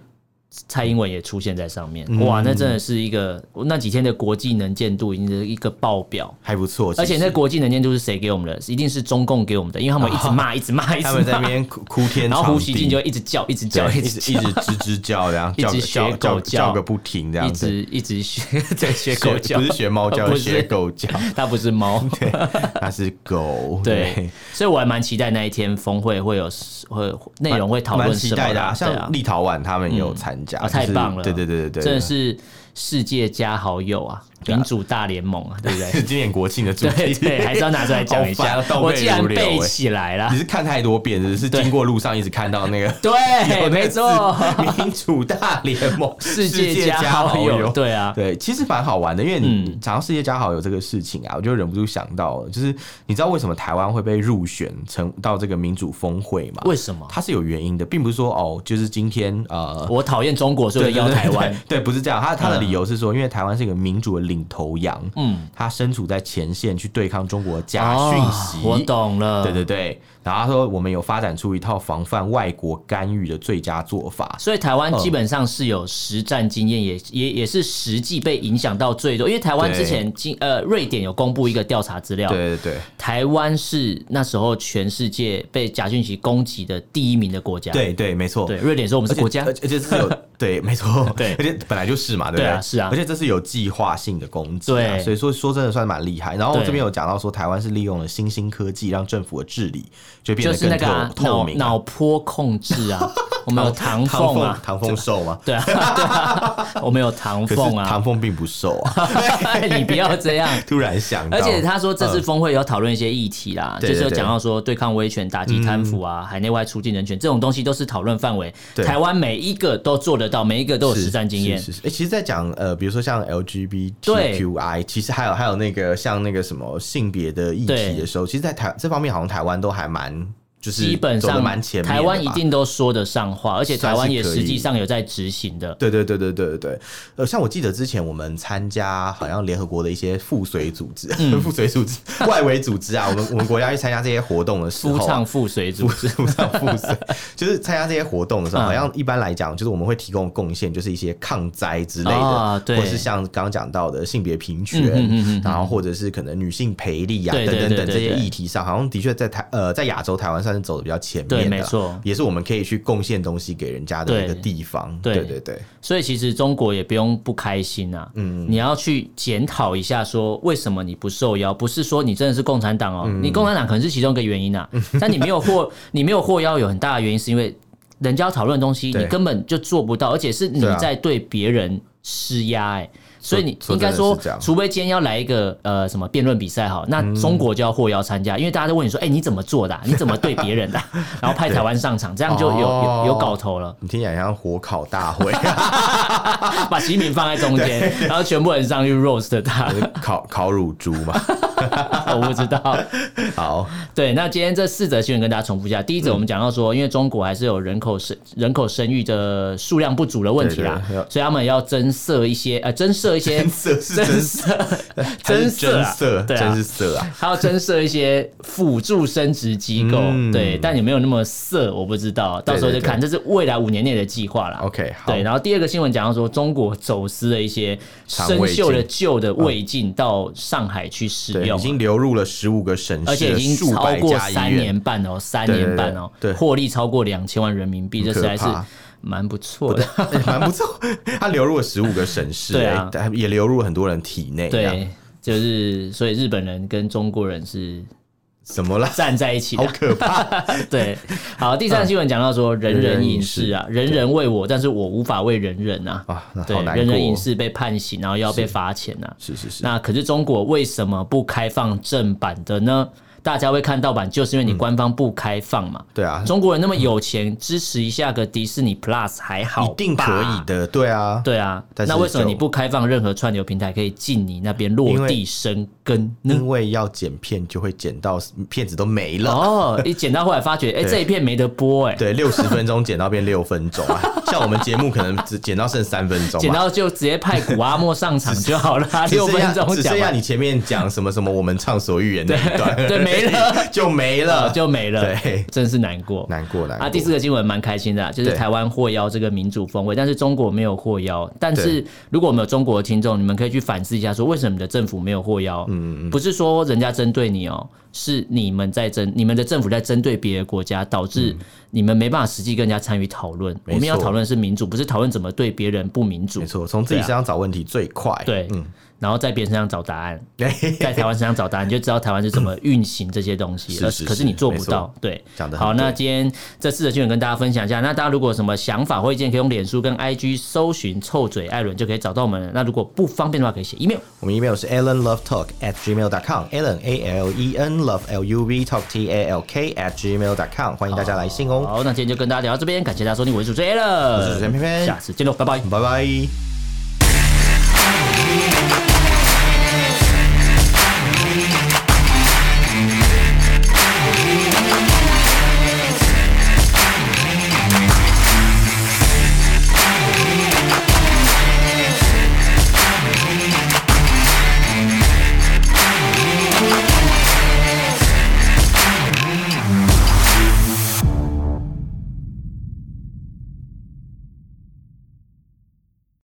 S1: 蔡英文也出现在上面，
S2: 嗯
S1: 哇，那真的是一个那几天的国际能见度已经是一个爆表。
S2: 还不错，
S1: 而且
S2: 其实
S1: 那国际能见度是谁给我们的？一定是中共给我们的，因为他们一直 骂，一直骂，一直
S2: 他们在那
S1: 骂，
S2: 边哭哭天
S1: 然后
S2: 抢
S1: 胡锡
S2: 地
S1: 进就一直叫，一直叫，
S2: 对
S1: 一
S2: 一
S1: 直
S2: 直
S1: 叫
S2: 一直吱吱叫，这 样
S1: 一
S2: 叫
S1: 直
S2: 个
S1: 学
S2: 叫
S1: 狗
S2: 叫
S1: 叫
S2: 叫个不停，这样
S1: 一
S2: 子
S1: 直一直学 对学
S2: 学
S1: 狗叫
S2: 不，是学猫叫，
S1: 不
S2: 是
S1: 是
S2: 学狗叫，
S1: 它不是猫。
S2: 它是狗。
S1: 对，所以我还蛮期待那一天峰会会有会内容会讨
S2: 蛮
S1: 论
S2: 期
S1: 什么
S2: 待的
S1: 啦
S2: 啊，
S1: 对啊
S2: 像立陶宛他们也有参加，
S1: 啊，
S2: 就是
S1: 太棒了！
S2: 对对对对对，
S1: 真的是世界加好友啊，
S2: 对啊
S1: 民主大联盟啊，对不
S2: 是
S1: 对？
S2: 今年国庆的 主
S1: 对
S2: 题，
S1: 对，还是要拿出来讲一
S2: 好
S1: 下
S2: 烦啊。
S1: 我既然
S2: 倒背如流
S1: 背
S2: 欸
S1: 起来了
S2: 你，是看太多遍，只是经过路上一直看到那个
S1: 对，
S2: 有那个
S1: 没错，
S2: 字民主大联盟，
S1: 世界
S2: 加
S1: 加好
S2: 友
S1: 友，。对啊，
S2: 对，其实蛮好玩的，因为你
S1: 嗯
S2: 讲到世界加好友这个事情啊，我就忍不住想到，就是你知道为什么台湾会被入选成到这个民主峰会吗？
S1: 为什么？
S2: 它是有原因的，并不是说哦，就是今天呃。
S1: 我讨厌中国，所以我
S2: 对
S1: 就邀台湾。
S2: 对，对不是这样。他他的
S1: 嗯
S2: 理由是说，因为台湾是一个民主的领头羊，
S1: 嗯，
S2: 他身处在前线去对抗中国的假
S1: 哦
S2: 讯息。
S1: 我懂了。
S2: 对对对，然后他说我们有发展出一套防范外国干预的最佳做法。
S1: 所以台湾基本上是有实战经验，也也也是实际被影响到最多。因为台湾之前经呃瑞典有公布一个调查资料，
S2: 对对对
S1: 台湾是那时候全世界被假讯息攻击的第一名的国家。
S2: 对对，没错。
S1: 对，瑞典说我们
S2: 而
S1: 是
S2: 且
S1: 国家
S2: 而，且而 且是有对，没错，
S1: 对
S2: 而且本来就是嘛，对不
S1: 对啊是啊
S2: 而且这是有计划性的攻击、啊，
S1: 对
S2: 所以说说真的算蛮厉害。然后
S1: 对
S2: 这边有讲到说，台湾是利用了新兴科技，让政府的治理就变
S1: 就
S2: 得
S1: 是
S2: 更
S1: 那
S2: 透、
S1: 个啊
S2: 透
S1: 脑
S2: 明啊、
S1: 脑波控制 啊，我们有唐
S2: 唐
S1: 凤
S2: 凤
S1: 啊，
S2: 唐凤瘦吗？
S1: 对啊，对啊， 我们有唐
S2: 可是
S1: 凤啊
S2: 唐，凤并不瘦啊，
S1: 你不要这样。
S2: 突然想到，
S1: 而且他说这次峰会有讨论一些议题啦，
S2: 嗯对
S1: 就是有
S2: 对对嗯
S1: 讲到说对抗威权、打击贪腐啊、海内外促进人权这种东西都是讨论范围。
S2: 对
S1: 台湾每一个都做得到，每一个都有
S2: 是
S1: 实战经验
S2: 是。是是，诶其实，在讲呃，比如说像 LGBTQI，
S1: 对
S2: 其实还有还有那个像那个什么性别的议
S1: 对
S2: 题的时候，其实，在台这方面好像台湾都还蛮就是
S1: 基本
S2: 走得
S1: 上
S2: 蛮前面的吧，
S1: 台湾一定都说得上话，而且台湾也
S2: 算是可以
S1: 实际上有在执行的。
S2: 对对对对对对对，呃，像我记得之前我们参加好像联合国的一些附随组织、
S1: 嗯
S2: 附随组织、外围组织啊，我们我们国家去参加这些活动的时
S1: 夫
S2: 候、啊
S1: 唱。妇随组
S2: 不是不上附随， 就是参加这些活动的时候，
S1: 嗯
S2: 好像一般来讲，就是我们会提供贡献，就是一些抗灾之类的，
S1: 啊对
S2: 或是像刚刚讲到的性别平权，
S1: 嗯嗯嗯嗯嗯
S2: 然后或者是可能女性培力啊
S1: 对
S2: 等
S1: 对
S2: 等等
S1: 对
S2: 这些
S1: 对对
S2: 议题上，好像的确在台呃在亚洲台湾算是走的比较前面的啊，
S1: 对没错
S2: 也是我们可以去贡献东西给人家的一个
S1: 对
S2: 地方，
S1: 对
S2: 对对对。
S1: 所以其实中国也不用不开心啊，
S2: 嗯
S1: 你要去检讨一下，说为什么你不受邀？不是说你真的是共产党哦，
S2: 嗯
S1: 你共产党可能是其中一个原因啊， 但你没有获你没有获邀，有很大的原因是因为人家要讨论的东西，
S2: 对
S1: 你根本就做不到，而且是你
S2: 对啊
S1: 在对别人施压哎、所以你
S2: 说
S1: 应该
S2: 说
S1: 说
S2: 真的是这样，嗯
S1: 除非今天要来一个呃什么辩论比赛好，那中国就要获邀参加，因为大家都问你说，哎、你怎么做的啊、你怎么对别人的啊、 然后派台湾上场，这样就有有有搞头了。
S2: 你听起来像火烤 大会，
S1: 把习近平放在中间，然后全部人上去 roast 他
S2: 就，是烤烤乳猪嘛。
S1: 我不知道。
S2: 好，
S1: 对，那今天这四则新闻跟大家重复一下。第一则我们讲到说，因为中国还是有人口生人口生育的数量不足的问题啦
S2: 对对对，
S1: 所以他们要增设一些呃增设一些
S2: 真色是真
S1: 增
S2: 色，
S1: 设
S2: 真
S1: 增
S2: 真色，
S1: 色对啊
S2: 真是。色啊！
S1: 还要增设一些辅助生殖机构，
S2: 嗯
S1: 对，但有没有那么色，我不知道，到时候就看，这是未来五年内的计划啦。
S2: OK，好
S1: 对，然后第二个新闻讲到说，中国走私了一些生锈的旧的胃镜到上海去使
S2: 嗯对，
S1: 用
S2: 已经流入了十五个省
S1: 而
S2: 市
S1: 且
S2: 的
S1: 已经
S2: 数
S1: 超
S2: 百
S1: 过
S2: 家
S1: 三
S2: 医院，
S1: 年半哦，三
S2: 对对
S1: 年半哦，
S2: 对
S1: 获利超过两千万人民币，这实
S2: 可
S1: 在是
S2: 怕
S1: 蛮不错的。
S2: 哎 蛮不错。它流入了十五个省市，
S1: 对啊
S2: 哎也流入很多人体内。这样
S1: 对，就是所以日本人跟中国人是
S2: 怎么啦？
S1: 站在一起
S2: 好
S1: 的。
S2: 可怕！
S1: 对，好，第三个新闻讲到说人
S2: 人
S1: 人
S2: 嗯人
S1: 隐
S2: 隐
S1: 士啊，人人为我，但是我无法为人人啊。
S2: 啊那好
S1: 对，
S2: 难
S1: 人人
S2: 过
S1: 隐
S2: 哦
S1: 士被判刑，然后又要被罚钱啊。
S2: 是是是，
S1: 那可是中国为什么不开放正版的呢？大家会看盗版，就是因为你官方不开放嘛。
S2: 对啊，
S1: 中国人那么有钱，支持一下个迪士尼 Plus 还好，
S2: 一定可以。的，对啊，
S1: 对啊，
S2: 但是
S1: 那为什么
S2: 就
S1: 你不开放任何串流平台可以进你那边
S2: 因
S1: 落
S2: 为
S1: 地生根呢？
S2: 因为要剪片就会剪到片子都没了。
S1: 哦，一剪到后来发觉，哎、
S2: 对
S1: 这一片没得播、哎，
S2: 对，六十分钟剪到变六分钟 啊！像我们节目可能只剪到剩三分钟嘛，
S1: 剪到就直接派古阿莫上场就好了，
S2: 只
S1: 六
S2: 剩下
S1: 分钟
S2: 只
S1: 讲
S2: 剩下
S1: 完
S2: 你前面讲什么什么我们畅所欲言那一段，
S1: 对没了
S2: 就没了，
S1: 呃 就没了
S2: 对，
S1: 真是难过。
S2: 难过难过。
S1: 啊，第四个新闻蛮开心的啊，就是
S2: 对
S1: 台湾获邀这个民主峰会，但是中国没有获邀。但是如果我们有中国的听众，你们可以去反思一下，说为什么你的政府没有获邀？嗯不是说人家针对你哦，是你们在针，你们的政府在针对别的国家，导致你们没办法实际跟人家参与讨论。我
S2: 嗯没
S1: 们要
S2: 错
S1: 讨论是民主，不是讨论怎么对别人不民主
S2: 没。错，嗯从自己身上找问题最快。
S1: 对，然后在别人身上找答案。
S2: 对，
S1: 在台湾身上找答案，你就知道台湾是怎么运行这些东西，
S2: 是
S1: 而
S2: 是
S1: 可是你
S2: 是
S1: 做不
S2: 没错
S1: 到。对
S2: 讲，得很
S1: 好，那
S2: 对
S1: 今天这四则新闻跟大家分享一下。那大家如果有什么想法或意见，可以用脸书跟 IG 搜寻“臭嘴艾伦”就可以找到我们了。那如果不方便的话，可以写 email。
S2: 我们 email 是 allenlovetalk at gmail dot com，allen a l e n love l u v talk t a l k at gmail dot com，欢迎大家来信哦，
S1: 好，那今天就跟大家聊到这边，感谢大家收听，我是主持人 a l
S2: 我是主持人偏偏
S1: 下次见喽，拜拜。
S2: 拜拜。